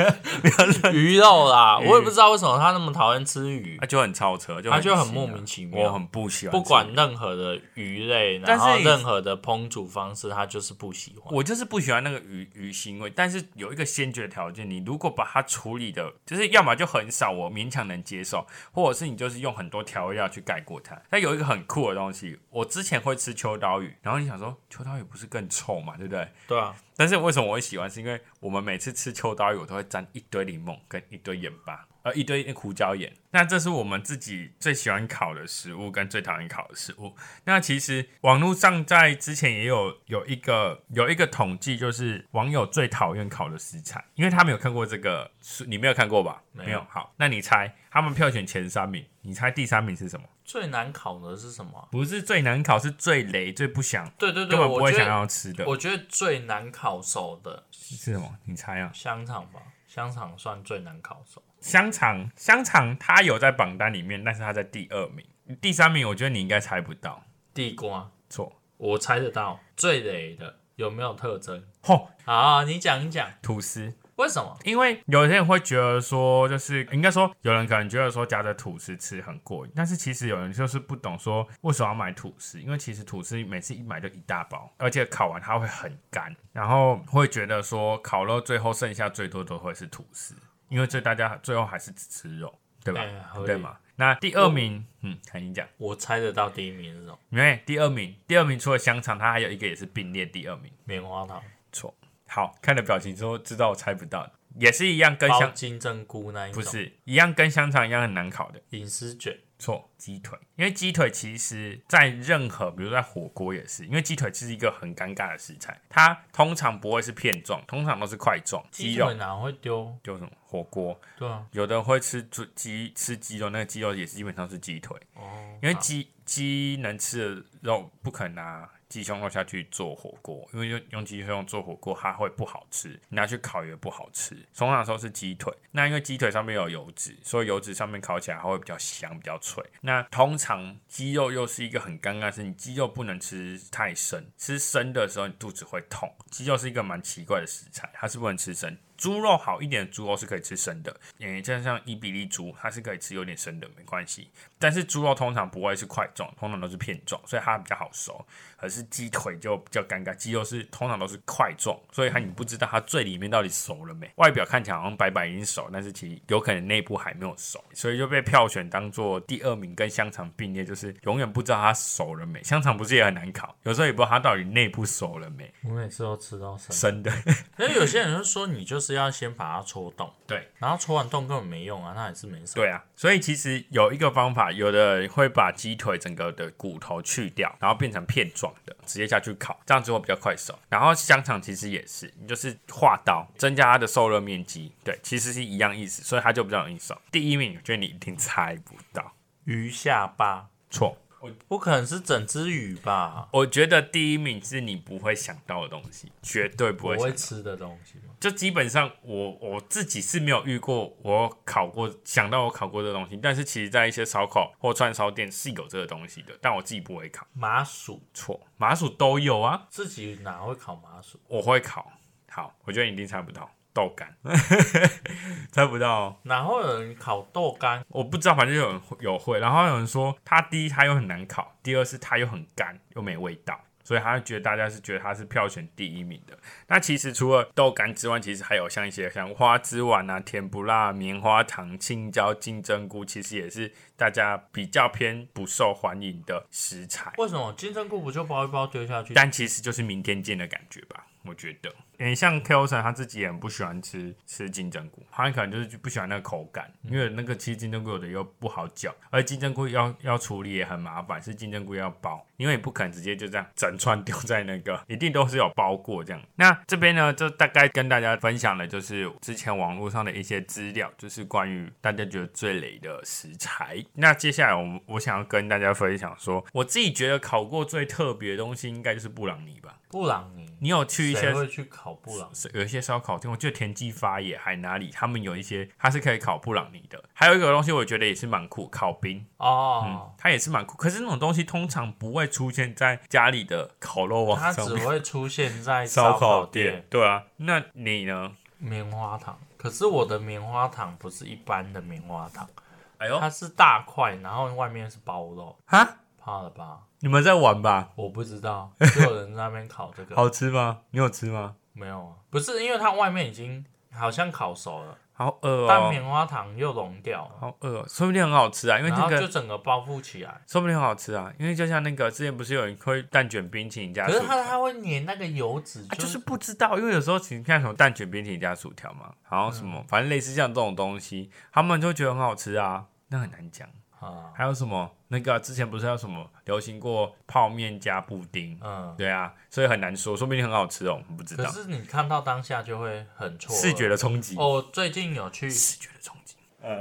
B: 鱼啊肉啦，
A: 鱼
B: 我也不知道为什么他那么讨厌吃鱼
A: 他，就很超车，就
B: 他啊就很
A: 奇
B: 莫名其妙
A: 我很不喜欢，
B: 不管，任何的鱼类，
A: 但
B: 然
A: 是
B: 后
A: 你
B: 任何的烹煮方式，他就是不喜欢。
A: 我就是不喜欢那个鱼鱼腥味。但是有一个先决条件，你如果把它处理的，就是要么就很少，我勉强能接受，或者是你就是用很多调料去盖过它。但有一个很酷的东西，我之前会吃秋刀鱼，然后你想说秋刀鱼不是更臭嘛，对不对？
B: 对啊，
A: 但是为什么我会喜欢？是因为我们每次吃秋刀鱼，我都会沾一堆柠檬跟一堆盐巴，呃，一堆胡椒盐。那这是我们自己最喜欢烤的食物，跟最讨厌烤的食物。那其实网络上在之前也有有一个有一个统计，就是网友最讨厌烤的食材，因为他没有看过这个，是你没有看过吧？
B: 没有
A: 没有。好，那你猜他们票选前三名，你猜第三名是什么？
B: 最难烤的是什么啊？
A: 不是最难烤，是最雷、最不想、
B: 对对对，
A: 根本不
B: 我
A: 会
B: 觉
A: 想
B: 得
A: 要吃的
B: 我觉得最难烤熟的
A: 是什么？你猜啊？
B: 香肠吧，香肠算最难烤熟。
A: 香肠，香肠它有在榜单里面，但是它在第二名，第三名我觉得你应该猜不到，
B: 地瓜，
A: 错，
B: 我猜得到最雷的有没有特征？
A: 吼，
B: 好，你讲一讲，
A: 吐司。
B: 为什么？
A: 因为有些人会觉得说，就是应该说，有人可能觉得说夹着吐司吃很过瘾，但是其实有人就是不懂说为什么要买吐司，因为其实吐司每次一买就一大包，而且烤完它会很干，然后会觉得说烤肉最后剩下最多都会是吐司，因为最大家最后还是只吃肉，对吧？
B: 哎合理
A: 对嘛？那第二名，嗯，看你讲。
B: 我猜得到第一名是什么？
A: 因为第二名，第二名除了香肠，它还有一个也是并列第二名。
B: 棉花糖、
A: 错，好看的表情之后知道我猜不到，也是一样跟
B: 包
A: 香
B: 金针菇那一
A: 不
B: 种，
A: 是一样跟香肠一样很难烤的。
B: 饮食卷，
A: 错，鸡腿，因为鸡腿其实在任何，比如在火锅也是，因为鸡腿是一个很尴尬的食材，它通常不会是片状，通常都是块状。鸡
B: 鸡
A: 肉
B: 腿哪会丢？
A: 就什么火锅，
B: 对啊，
A: 有的人会吃猪鸡吃鸡肉，那个鸡肉也是基本上是鸡腿，
B: 哦，
A: 因为鸡鸡能吃的肉不可拿鸡胸肉下去做火锅，因为用用鸡胸肉做火锅它会不好吃，你拿去烤也不好吃。通常都是鸡腿，那因为鸡腿上面有油脂，所以油脂上面烤起来它会比较香、比较脆。那通常鸡肉又是一个很尴尬的事，你鸡肉不能吃太生，吃生的时候你肚子会痛。鸡肉是一个蛮奇怪的食材，它是不能吃生。猪肉好一点的猪肉是可以吃生的，嗯，就像伊比利猪，它是可以吃有点生的，没关系。但是猪肉通常不会是块状，通常都是片状，所以它比较好熟。可是鸡腿就比较尴尬，鸡肉是通常都是块状，所以它你不知道它最里面到底熟了没。外表看起来好像白白已经熟，但是其实有可能内部还没有熟，所以就被票选当做第二名，跟香肠并列，就是永远不知道它熟了没。香肠不是也很难烤，有时候也不知道它到底内部熟了没，
B: 我每次都吃到生。
A: 生的。
B: 可是有些人就说你就是要先把它戳洞，
A: 对，
B: 然后戳完洞根本没用啊，那也是没什么。
A: 对啊，所以其实有一个方法，有的人会把鸡腿整个的骨头去掉，然后变成片状的，直接下去烤，这样子会比较快熟。然后香肠其实也是，你就是划刀，增加它的受热面积，对，其实是一样意思，所以它就比较容易熟。第一名，我觉得你一定猜不到，
B: 鱼下巴，
A: 错，
B: 不可能是整只鱼吧？
A: 我觉得第一名是你不会想到的东西，绝对不
B: 我
A: 会啊想
B: 会
A: 到。
B: 吃的东西吗？
A: 就基本上我我自己是没有遇过，我烤过想到我烤过这东西，但是其实在一些烧烤或串烧店是有这个东西的，但我自己不会烤。
B: 麻薯
A: 错，麻薯都有啊，
B: 自己哪会烤麻薯？
A: 我会烤。好，我觉得你一定猜不到豆干， 猜不到哦、
B: 哪会有人烤豆干？
A: 我不知道，反正有人会有会，然后有人说它第一它又很难烤，第二是它又很干又没味道，所以他觉得大家是觉得它是票选第一名的。那其实除了豆干之外，其实还有像一些像花枝丸啊、甜不辣、棉花糖、青椒、金针菇，其实也是大家比较偏不受欢迎的食材。
B: 为什么金针菇不就包一包丢下去？
A: 但其实就是明天见的感觉吧，我觉得。诶，像 Ko 神他自己也很不喜欢吃吃金针菇，他可能就是不喜欢那个口感，因为那个其实金针菇有的又不好嚼，而金针菇要要处理也很麻烦，是金针菇要包，因为你不可能直接就这样整串丢在那个，一定都是有包过这样。那这边呢，就大概跟大家分享的就是之前网络上的一些资料，就是关于大家觉得最雷的食材。那接下来我们我想要跟大家分享说，我自己觉得烤过最特别的东西应该就是布朗尼吧。
B: 布朗尼，
A: 你有去一些
B: 谁会去烤布朗尼？
A: 是有一些烧烤店，我记得田记发也还哪里，他们有一些它是可以烤布朗尼的。还有一个东西，我觉得也是蛮酷，烤冰，
B: 哦，
A: 它也是蛮酷。可是那种东西通常不会出现在家里的烤肉
B: 它
A: 网上
B: 只
A: 面。
B: 会出现在
A: 烧
B: 烤
A: 烤店，对啊，那你呢？
B: 棉花糖。可是我的棉花糖不是一般的棉花糖，
A: 哎呦，
B: 它是大块，然后外面是包肉，
A: 哈，
B: 怕了吧？
A: 你们在玩吧？
B: 我不知道，就有人在那边烤这个，
A: 好吃吗？你有吃吗？
B: 没有啊？不是，因为它外面已经好像烤熟了，
A: 好饿
B: 但
A: 哦，
B: 棉花糖又融掉了，
A: 好饿哦，说不定很好吃啊，因为
B: 然
A: 那
B: 后就
A: 个
B: 整个包覆起来。
A: 说不定很好吃啊，因为就像那个之前不是有人会蛋卷冰淇淋加
B: 可
A: 薯
B: 是
A: 条
B: 它它会粘那个油脂，
A: 啊，
B: 就
A: 就是不知道，因为有时候请看什么蛋卷冰淇淋加薯条嘛，嗯然后什么，反正类似像这种东西，他们就觉得很好吃啊，那很难讲。
B: 啊，
A: 还有什么那个之前不是要什么流行过泡面加布丁，
B: 嗯。
A: 对啊，所以很难说，说不定很好吃哦，我们不知
B: 可
A: 道。
B: 是你看到当下就会很错愕
A: 视觉的冲击，
B: 哦，最近有去，
A: 视觉的冲击，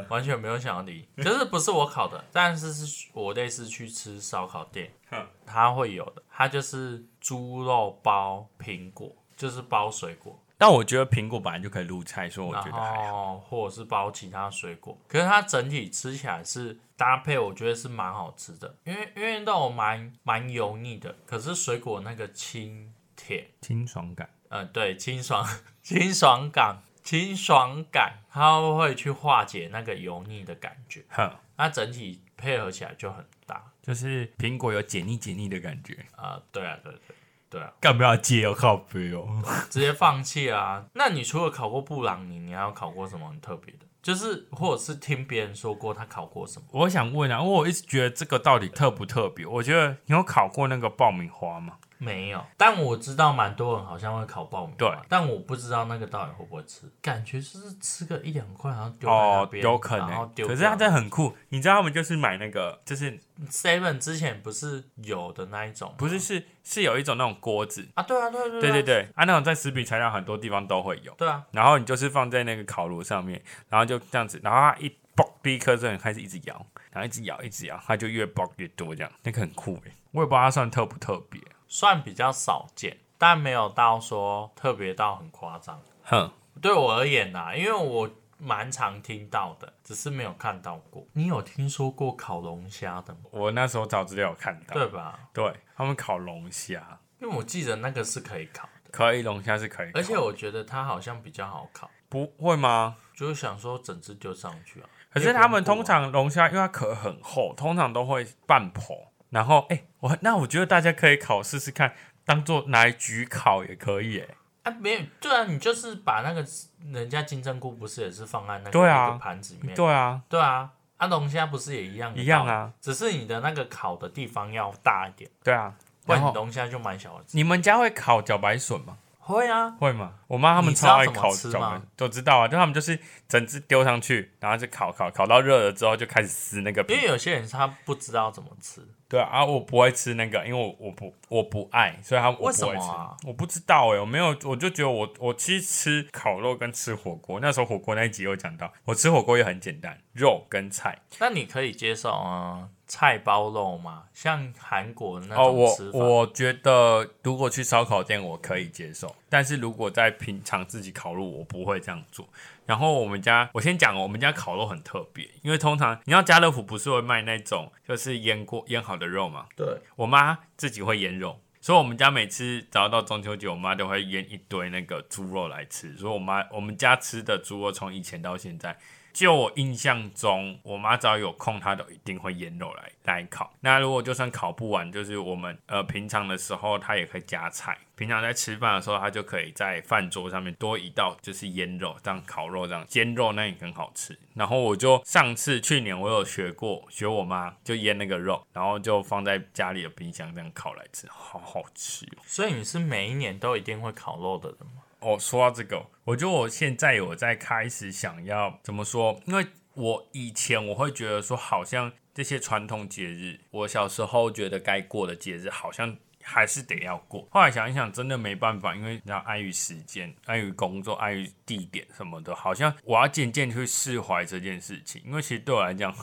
B: 完全没有想到 理，就是不是我烤的，但是是我类似去吃烧烤店
A: 哼，
B: 它会有的，它就是猪肉包苹果，就是包水果，
A: 但我觉得苹果本来就可以入菜，所以我觉
B: 然
A: 得还好。
B: 后或者是包其他水果，可是它整体吃起来是搭配，我觉得是蛮好吃的，因为因为肉蛮蛮油腻的，可是水果那个清甜，
A: 清爽感。
B: 呃，对，清爽 清爽感。清爽感，它会去化解那个油腻的感觉。
A: 哼，
B: 它整体配合起来就很搭。
A: 就是苹果有解腻解腻的感觉，
B: 啊，对啊，对对对啊，
A: 干不要戒哦，靠背哦。
B: 直接放弃啊。那你除了烤过布朗尼，你还有烤过什么很特别的？就是或者是听别人说过他烤过什么？
A: 我想问啊，因为我一直觉得这个到底特不特别？我觉得你有烤过那个爆米花吗？
B: 没有，但我知道蛮多人好像会烤爆米花，
A: 对，
B: 但我不知道那个到底会不会吃，感觉就是吃个一两块，然后丢在那
A: 哦，
B: 边，
A: 有可
B: 然后
A: 能。
B: 丢
A: 可
B: 掉。
A: 是它真的很酷，你知道他们就是买那个，就是
B: Seven 之前不是有的那一种吗，
A: 不是是是有一种那种锅子，
B: 啊？对啊，对啊对
A: 嗯对对
B: 对啊
A: 对，啊那种在食品材料很多地方都会有，
B: 对啊，
A: 然后你就是放在那个烤炉上面，然后就这样子，然后它一爆第一颗之后，你开始一直摇，然后一直摇一直摇，它就越爆越多这样，那个很酷诶、我也不知道它算特不特别，
B: 算比较少见，但没有到说特别到很夸张。
A: 哼，
B: 对我而言呐、因为我蛮常听到的，只是没有看到过。你有听说过烤龙虾的吗？
A: 我那时候找资料有看到，
B: 对吧？
A: 对他们烤龙虾。
B: 因为我记得那个是可以烤的，
A: 可以，龙虾是可以烤，
B: 而且我觉得它好像比较好烤，
A: 不会吗？
B: 就是想说整只丢上去啊。
A: 可是他们通常龙虾，因为它壳很厚，通常都会半剖。然后，哎、我那我觉得大家可以烤试试看，当做拿来焗烤也可以、哎，
B: 啊，没有，对啊，你就是把那个人家金针菇不是也是放在那个
A: 对啊
B: 一个盘子里面，
A: 对啊，
B: 对啊，啊龙虾不是也一样的
A: 一样
B: 道理，
A: 啊，
B: 只是你的那个烤的地方要大一点，
A: 对啊。
B: 不
A: 然
B: 然你
A: 后
B: 龙虾就蛮小的。
A: 你们家会烤茭白笋吗？
B: 会啊，
A: 会吗？我妈他们
B: 你知道
A: 超爱
B: 怎么
A: 烤
B: 吃
A: 茭白
B: 吗
A: 笋，都知道啊。但他们就是整只丢上去，然后就烤烤烤到热了之后就开始撕那个
B: 因
A: 皮
B: 为。有些人他不知道怎么吃，
A: 对啊啊，我不会吃那个，因为我我不我不爱，所以他我
B: 为
A: 不
B: 什
A: 会
B: 么
A: 吃。
B: 啊？
A: 我不知道哎、我没有，我就觉得我我其实吃烤肉跟吃火锅，那时候火锅那一集有讲到，我吃火锅也很简单，肉跟菜，
B: 那你可以接受啊、呃菜包肉吗？像韩国那
A: 哦，
B: 种
A: 我
B: 吃法，
A: 我觉得如果去烧烤店我可以接受，但是如果在平常自己烤肉，我不会这样做。然后我们家，我先讲哦，我们家烤肉很特别，因为通常你要家乐福不是会卖那种就是腌过腌好的肉嘛，
B: 对，
A: 我妈自己会腌肉，所以我们家每次只要到中秋节，我妈都会腌一堆那个猪肉来吃。所以我妈我们家吃的猪肉从以前到现在，就我印象中，我妈只要有空，她都一定会腌肉来来烤。那如果就算烤不完，就是我们呃平常的时候，她也可以加菜。平常在吃饭的时候，她就可以在饭桌上面多一道就是腌肉，这样烤肉这样煎肉那也很好吃。然后我就上次去年我有学过，学我妈就腌那个肉，然后就放在家里的冰箱这样烤来吃，好好吃哦。
B: 所以你是每一年都一定会烤肉的人吗？
A: 哦，说到这个，我觉得我现在有在开始想要怎么说，因为我以前我会觉得说，好像这些传统节日，我小时候觉得该过的节日，好像还是得要过。后来想一想，真的没办法，因为你知道，碍于时间、碍于工作、碍于地点什么的，好像我要渐渐去释怀这件事情。因为其实对我来讲，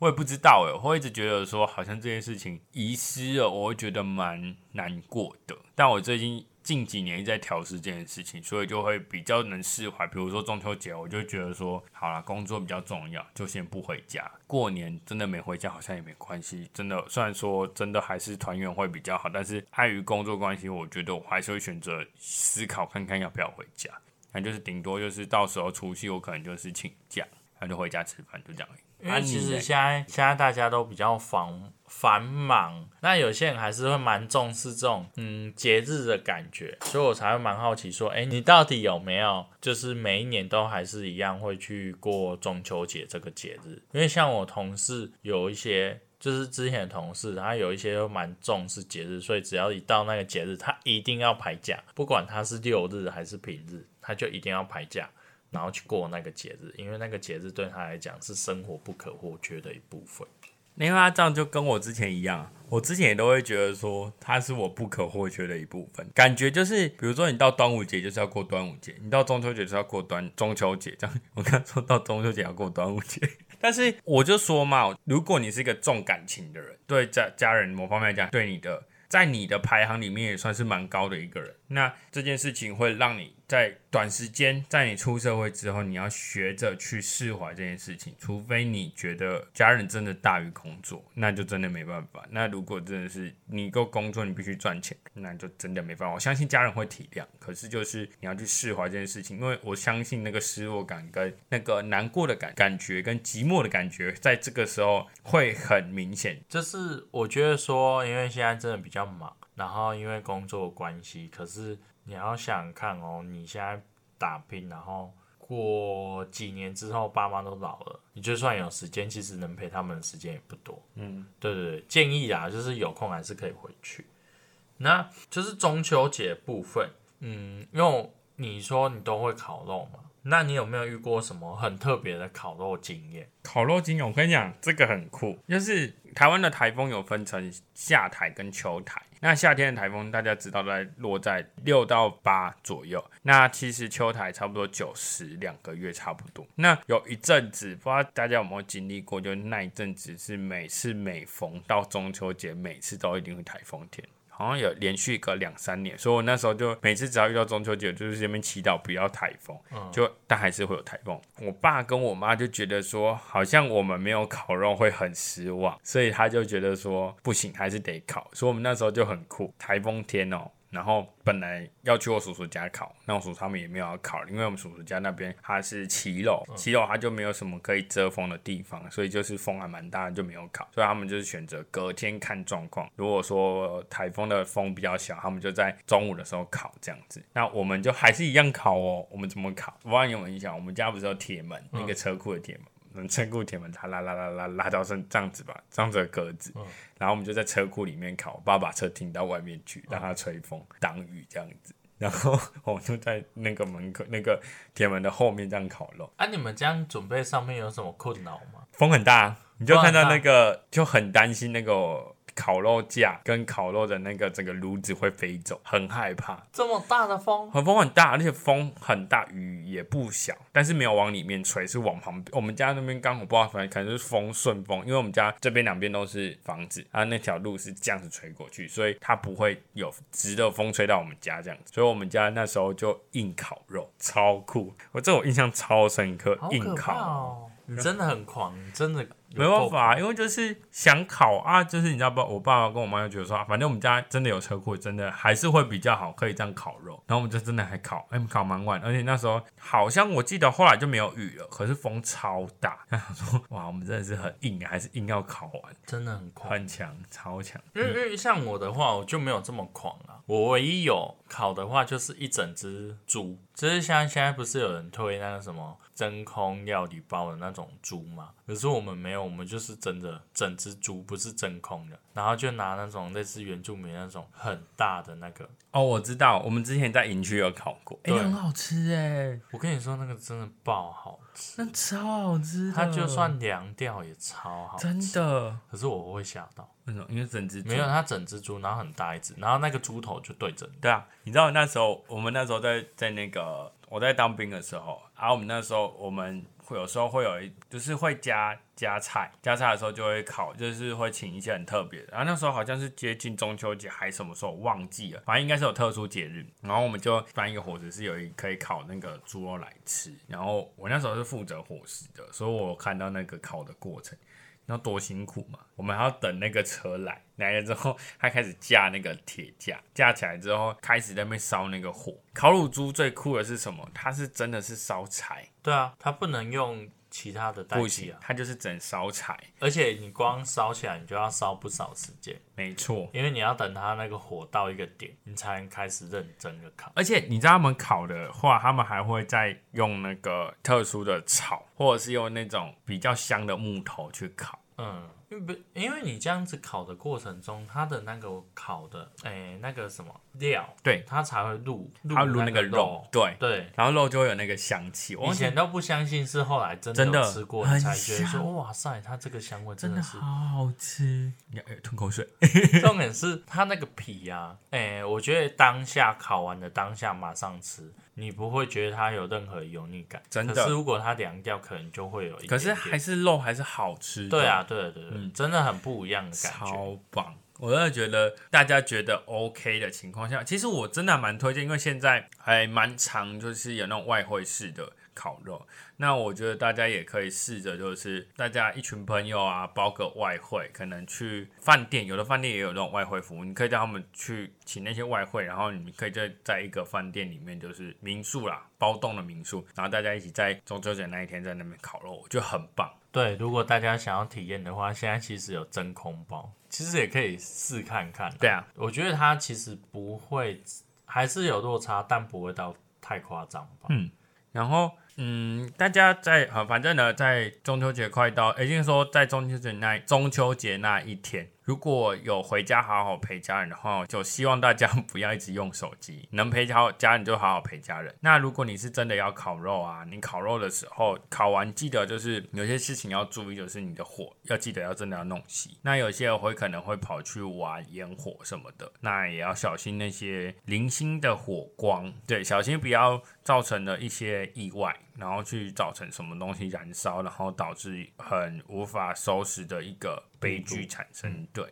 A: 我也不知道哎，我会一直觉得说，好像这件事情遗失了，我会觉得蛮难过的。但我最近近几年一直在调试这件事情，所以就会比较能释怀。比如说中秋节，我就觉得说，好啦，工作比较重要，就先不回家。过年真的没回家好像也没关系，真的虽然说真的还是团圆会比较好，但是碍于工作关系，我觉得我还是会选择思考看看要不要回家。那就是顶多就是到时候除夕我可能就是请假，那就回家吃饭，就这样而已。
B: 因
A: 啊
B: 为
A: 你
B: 其
A: 嘞
B: 实现在现在大家都比较繁繁忙，那有些人还是会蛮重视这种嗯节日的感觉，所以我才会蛮好奇说，哎、你到底有没有就是每一年都还是一样会去过中秋节这个节日？因为像我同事有一些。就是之前的同事，他有一些都蛮重视节日，所以只要一到那个节日，他一定要排假，不管他是六日还是平日，他就一定要排假。然后去过那个节日，因为那个节日对他来讲是生活不可或缺的一部分。
A: 因为他啊这样就跟我之前一样啊，我之前也都会觉得说它是我不可或缺的一部分，感觉就是比如说你到端午节就是要过端午节，你到中秋节就是要过端中秋节，这样我刚说到中秋节要过端午节， 但是我就说嘛，如果你是一个重感情的人，对家家人某方面来讲，对你的在你的排行里面也算是蛮高的一个人，那这件事情会让你在短时间，在你出社会之后，你要学着去释怀这件事情，除非你觉得家人真的大于工作，那就真的没办法。那如果真的是你够工作，你必须赚钱，那就真的没办法。我相信家人会体谅，可是就是你要去释怀这件事情，因为我相信那个失落感跟那个难过的感感觉跟寂寞的感觉，在这个时候会很明显。
B: 就是我觉得说，因为现在真的比较忙，然后因为工作的关系，可是你要想看哦，你现在打拼，然后过几年之后，爸妈都老了，你就算有时间，其实能陪他们的时间也不多。
A: 嗯，
B: 对对对，建议啊，就是有空还是可以回去。那就是中秋节部分，嗯，因为我你说你都会烤肉嘛，那你有没有遇过什么很特别的烤肉经验？
A: 烤肉精，我跟你讲，这个很酷，就是台湾的台风有分成夏台跟秋台。那夏天的台风大家知道在落在六到八左右，那其实秋台差不多九十两个月差不多。那有一阵子，不知道大家有没有经历过，就那一阵子是每次每逢到中秋节，每次都一定会台风天。好像有连续个两三年，所以我那时候就每次只要遇到中秋节，我就是这边祈祷不要台风，就但还是会有台风。我爸跟我妈就觉得说，好像我们没有烤肉会很失望，所以他就觉得说不行，还是得烤。所以我们那时候就很酷，台风天哦。然后本来要去我叔叔家烤，那我叔叔他们也没有要烤，因为我们叔叔家那边他是骑楼，骑楼他就没有什么可以遮风的地方，所以就是风还蛮大的，就没有烤。所以他们就是选择隔天看状况，如果说台风的风比较小，他们就在中午的时候烤这样子。那我们就还是一样烤哦，我们怎么烤？我不知道你有没有印象，我们家不是有铁门，那个车库的铁门。我们车库铁门，它拉拉拉拉拉到剩这样子吧，这样子的格子，然后我们就在车库里面烤，我爸把车停到外面去，让它吹风挡雨这样子。然后我就在那个门口、那个铁门的后面这样烤肉，
B: 啊，你们这样准备上面有什么困扰吗？
A: 风很大，你就看到
B: 风
A: 那
B: 很
A: 个就很担心那个烤肉架跟烤肉的那个整个炉子会飞走，很害怕。
B: 这么大的风，
A: 很风很大，而且风很大，雨也不小，但是没有往里面吹，是往旁边。我们家那边刚好不知道，反正可能是风顺风，因为我们家这边两边都是房子，啊，那条路是这样子吹过去，所以它不会有直的风吹到我们家这样子。所以我们家那时候就硬烤肉，超酷，我这我印象超深刻，
B: 好
A: 硬
B: 可怕
A: 烤。
B: 哦！你真的很狂，你真的
A: 没
B: 有
A: 办
B: 够
A: 法，因为就是想考啊，就是你知道不？我爸爸跟我妈就觉得说，啊反正我们家真的有车库，真的还是会比较好，可以这样烤肉。然后我们就真的还烤，哎、烤蛮晚，而且那时候好像我记得后来就没有雨了，可是风超大。 然后想说，哇，我们真的是很硬，还是硬要烤完，
B: 真的很狂。
A: 很强，超强。
B: 因为因为像我的话，我就没有这么狂啊。我唯一有烤的话，就是一整只猪，就是像现在不是有人推那个什么真空料理包的那种猪嘛？可是我们没有，我们就是真的整只猪，不是真空的。然后就拿那种类似原住民那种很大的那个，
A: 哦，我知道，我们之前在营区有烤过，哎、
B: 对
A: 很好吃哎、
B: 我跟你说那个真的爆好吃，
A: 那超好吃的，
B: 它就算凉掉也超好吃。
A: 真的，
B: 可是我会吓到，
A: 为什么？因为整只猪
B: 没有它整只猪，然后很大一只，然后那个猪头就对着你，
A: 对啊，你知道那时候我们那时候在在那个我在当兵的时候，啊，我们那时候我们会有时候会有一就是会加加菜，加菜的时候就会烤，就是会请一些很特别的。然后那时候好像是接近中秋节还是什么时候我忘记了，反正应该是有特殊节日。然后我们就搬一个火石，是有一可以烤那个猪肉来吃。然后我那时候是负责伙食的，所以我有看到那个烤的过程。你知道多辛苦嘛？我们还要等那个车来，来了之后，他开始架那个铁架，架起来之后，开始在那边烧那个火。烤乳猪最酷的是什么？它是真的是烧柴，
B: 对啊，它不能用其他的代
A: 不
B: 替
A: 行
B: 啊，，
A: 它就是整烧柴，
B: 而且你光烧起来，你就要烧不少时间，
A: 没错。
B: 因为你要等它那个火到一个点，你才能开始认真的烤。
A: 而且你知道他们烤的话，他们还会再用那个特殊的草，或者是用那种比较香的木头去烤。
B: 嗯，因为不，因为你这样子烤的过程中，它的那个烤的，哎、那个什么料，
A: 对
B: 它才会入入
A: 它卤那
B: 个
A: 个肉，，对，
B: 对。
A: 然后肉就会有那个香气。我
B: 以
A: 忘记
B: 前都不相信，是后来真的
A: 真的
B: 有吃过，
A: 很
B: 你才觉得说
A: 香
B: 哇塞，它这个香味
A: 真
B: 真的
A: 的
B: 是。
A: 好好吃，你看哎吞口水。
B: 重点是它那个皮啊，哎、我觉得当下烤完的当下马上吃，你不会觉得它有任何油腻感。
A: 真的
B: 可是如果它凉掉，可能就会有一点
A: 可是
B: 点
A: 还是肉还是好吃的，
B: 对啊，对对对，
A: 嗯
B: 真的很不一样的感觉。
A: 超棒！我真的觉得大家觉得 OK 的情况下，其实我真的蛮推荐，因为现在还蛮常就是有那种外汇式的烤肉，那我觉得大家也可以试着，就是大家一群朋友啊，包个外汇，可能去饭店，有的饭店也有那种外汇服务，你可以叫他们去请那些外汇，然后你们可以在在一个饭店里面，就是民宿啦，包栋的民宿，然后大家一起在中秋节那一天在那边烤肉，我觉得很棒。
B: 对，如果大家想要体验的话，现在其实有真空包，其实也可以试看看啊。
A: 对啊，
B: 我觉得它其实不会，还是有落差，但不会到太夸张吧。
A: 嗯然后，嗯，大家在啊，反正呢，在中秋节快到，也就是说，在中秋节那中秋节那一天，如果有回家好好陪家人的话，就希望大家 不要一直用手机，能陪好家人就好好陪家人。那如果你是真的要烤肉啊，你烤肉的时候，烤完记得就是有些事情要注意，就是你的火要记得要真的要弄熄。那有些人会可能会跑去玩烟火什么的，那也要小心那些零星的火光，对，小心不要造成了一些意外，然后去造成什么东西燃烧，然后导致很无法收拾的一个悲剧产生。对，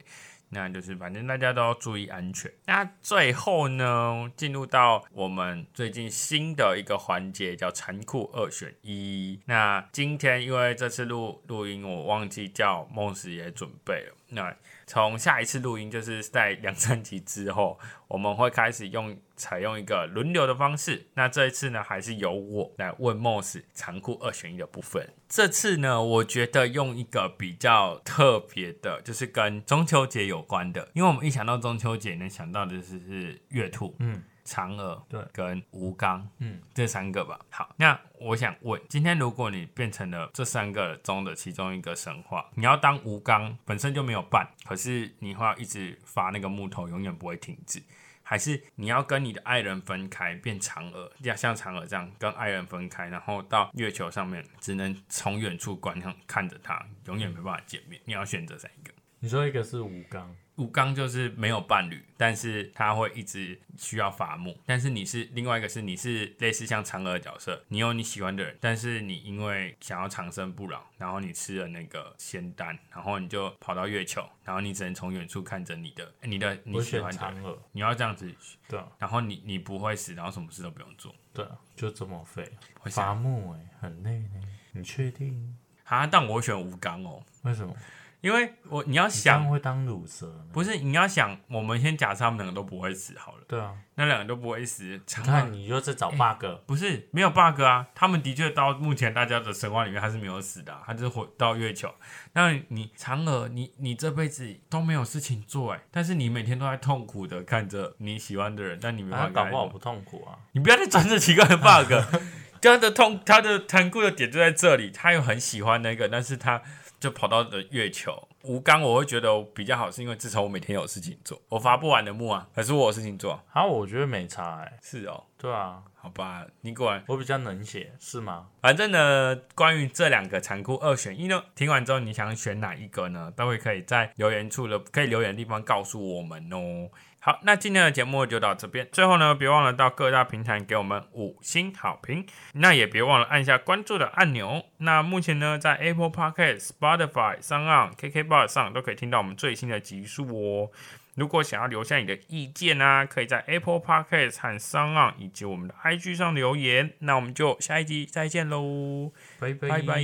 A: 那就是反正大家都要注意安全。那最后呢，进入到我们最近新的一个环节，叫残酷二选一。那今天因为这次录录音，我忘记叫梦石也准备了。那从下一次录音，就是在两三集之后，我们会开始用采用一个轮流的方式。那这一次呢，还是由我来问 Moss 残酷二选一的部分。这次呢，我觉得用一个比较特别的，就是跟中秋节有关的，因为我们一想到中秋节，能想到的就是是月兔，
B: 嗯，
A: 嫦娥，
B: 对
A: 跟吴刚，
B: 嗯，
A: 这三个吧。好，那我想问，今天如果你变成了这三个中的其中一个神话，你要当吴刚，本身就没有伴，可是你会要一直伐那个木头，永远不会停止。还是你要跟你的爱人分开，变嫦娥，要像嫦娥这样跟爱人分开，然后到月球上面，只能从远处观看看着他，永远没办法见面。你要选择哪一个？
B: 你说一个是吴刚，
A: 武刚就是没有伴侣，但是他会一直需要伐木。但是你是另外一个是你是类似像嫦娥的角色，你有你喜欢的人，但是你因为想要长生不老，然后你吃了那个仙丹，然后你就跑到月球，然后你只能从远处看着你的你的你
B: 我
A: 喜
B: 选
A: 欢的
B: 嫦
A: 人，
B: 娥，
A: 你要这样子，
B: 对啊，
A: 然后你你不会死，然后什么事都不用做。
B: 对啊，就这么废，
A: 会
B: 伐
A: 想
B: 木哎、很累呢、你确定？
A: 啊，但我选吴刚哦，
B: 为什么？
A: 因为我你要
B: 你这样
A: 想。
B: 会当乳蛇呢？
A: 不是，你要想，我们先假设他们两个都不会死好了，
B: 对啊，嗯
A: 那两个都不会死，
B: 你
A: 长话
B: 看你又在找 bug，、
A: 不是没有 bug 啊，他们的确到目前大家的神话里面他是没有死的啊、他就是回到月球。那你嫦娥，你你这辈子都没有事情做哎、但是你每天都在痛苦的看着你喜欢的人，但你没
B: 啊、
A: 办法
B: 搞
A: 改
B: 不好
A: 变。
B: 不痛苦啊。
A: 你不要再钻这奇怪的 bug，他的痛，他的残酷的点就在这里，他又很喜欢那个，但是他就跑到了月球。吴刚我会觉得比较好，是因为至少我每天有事情做，我伐不完的木啊，可是我有事情做。
B: 好、啊我觉得没差哎、
A: 是哦，
B: 对啊，
A: 好吧，你果然
B: 我比较能写，是吗？
A: 反正呢，关于这两个残酷二选一呢，听完之后你想选哪一个呢？待会可以在留言处的可以留言的地方告诉我们哦。好，那今天的节目就到这边。最后呢，别忘了到各大平台给我们五星好评，那也别忘了按下关注的按钮。那目前呢，在 Apple Podcast、Spotify、上岸、KKBox 上都可以听到我们最新的集数哦。如果想要留下你的意见呢、啊，可以在 Apple Podcast 和 s o n 以及我们的 IG 上留言。那我们就下一集再见喽，
B: 拜拜
A: 拜拜！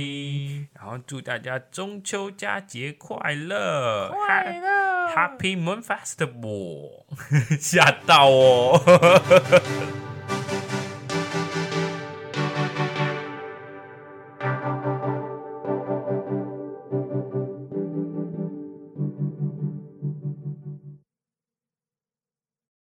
A: 然后祝大家中秋佳节快乐，
B: 快乐
A: Ha-！Happy Moon Festival，吓到哦！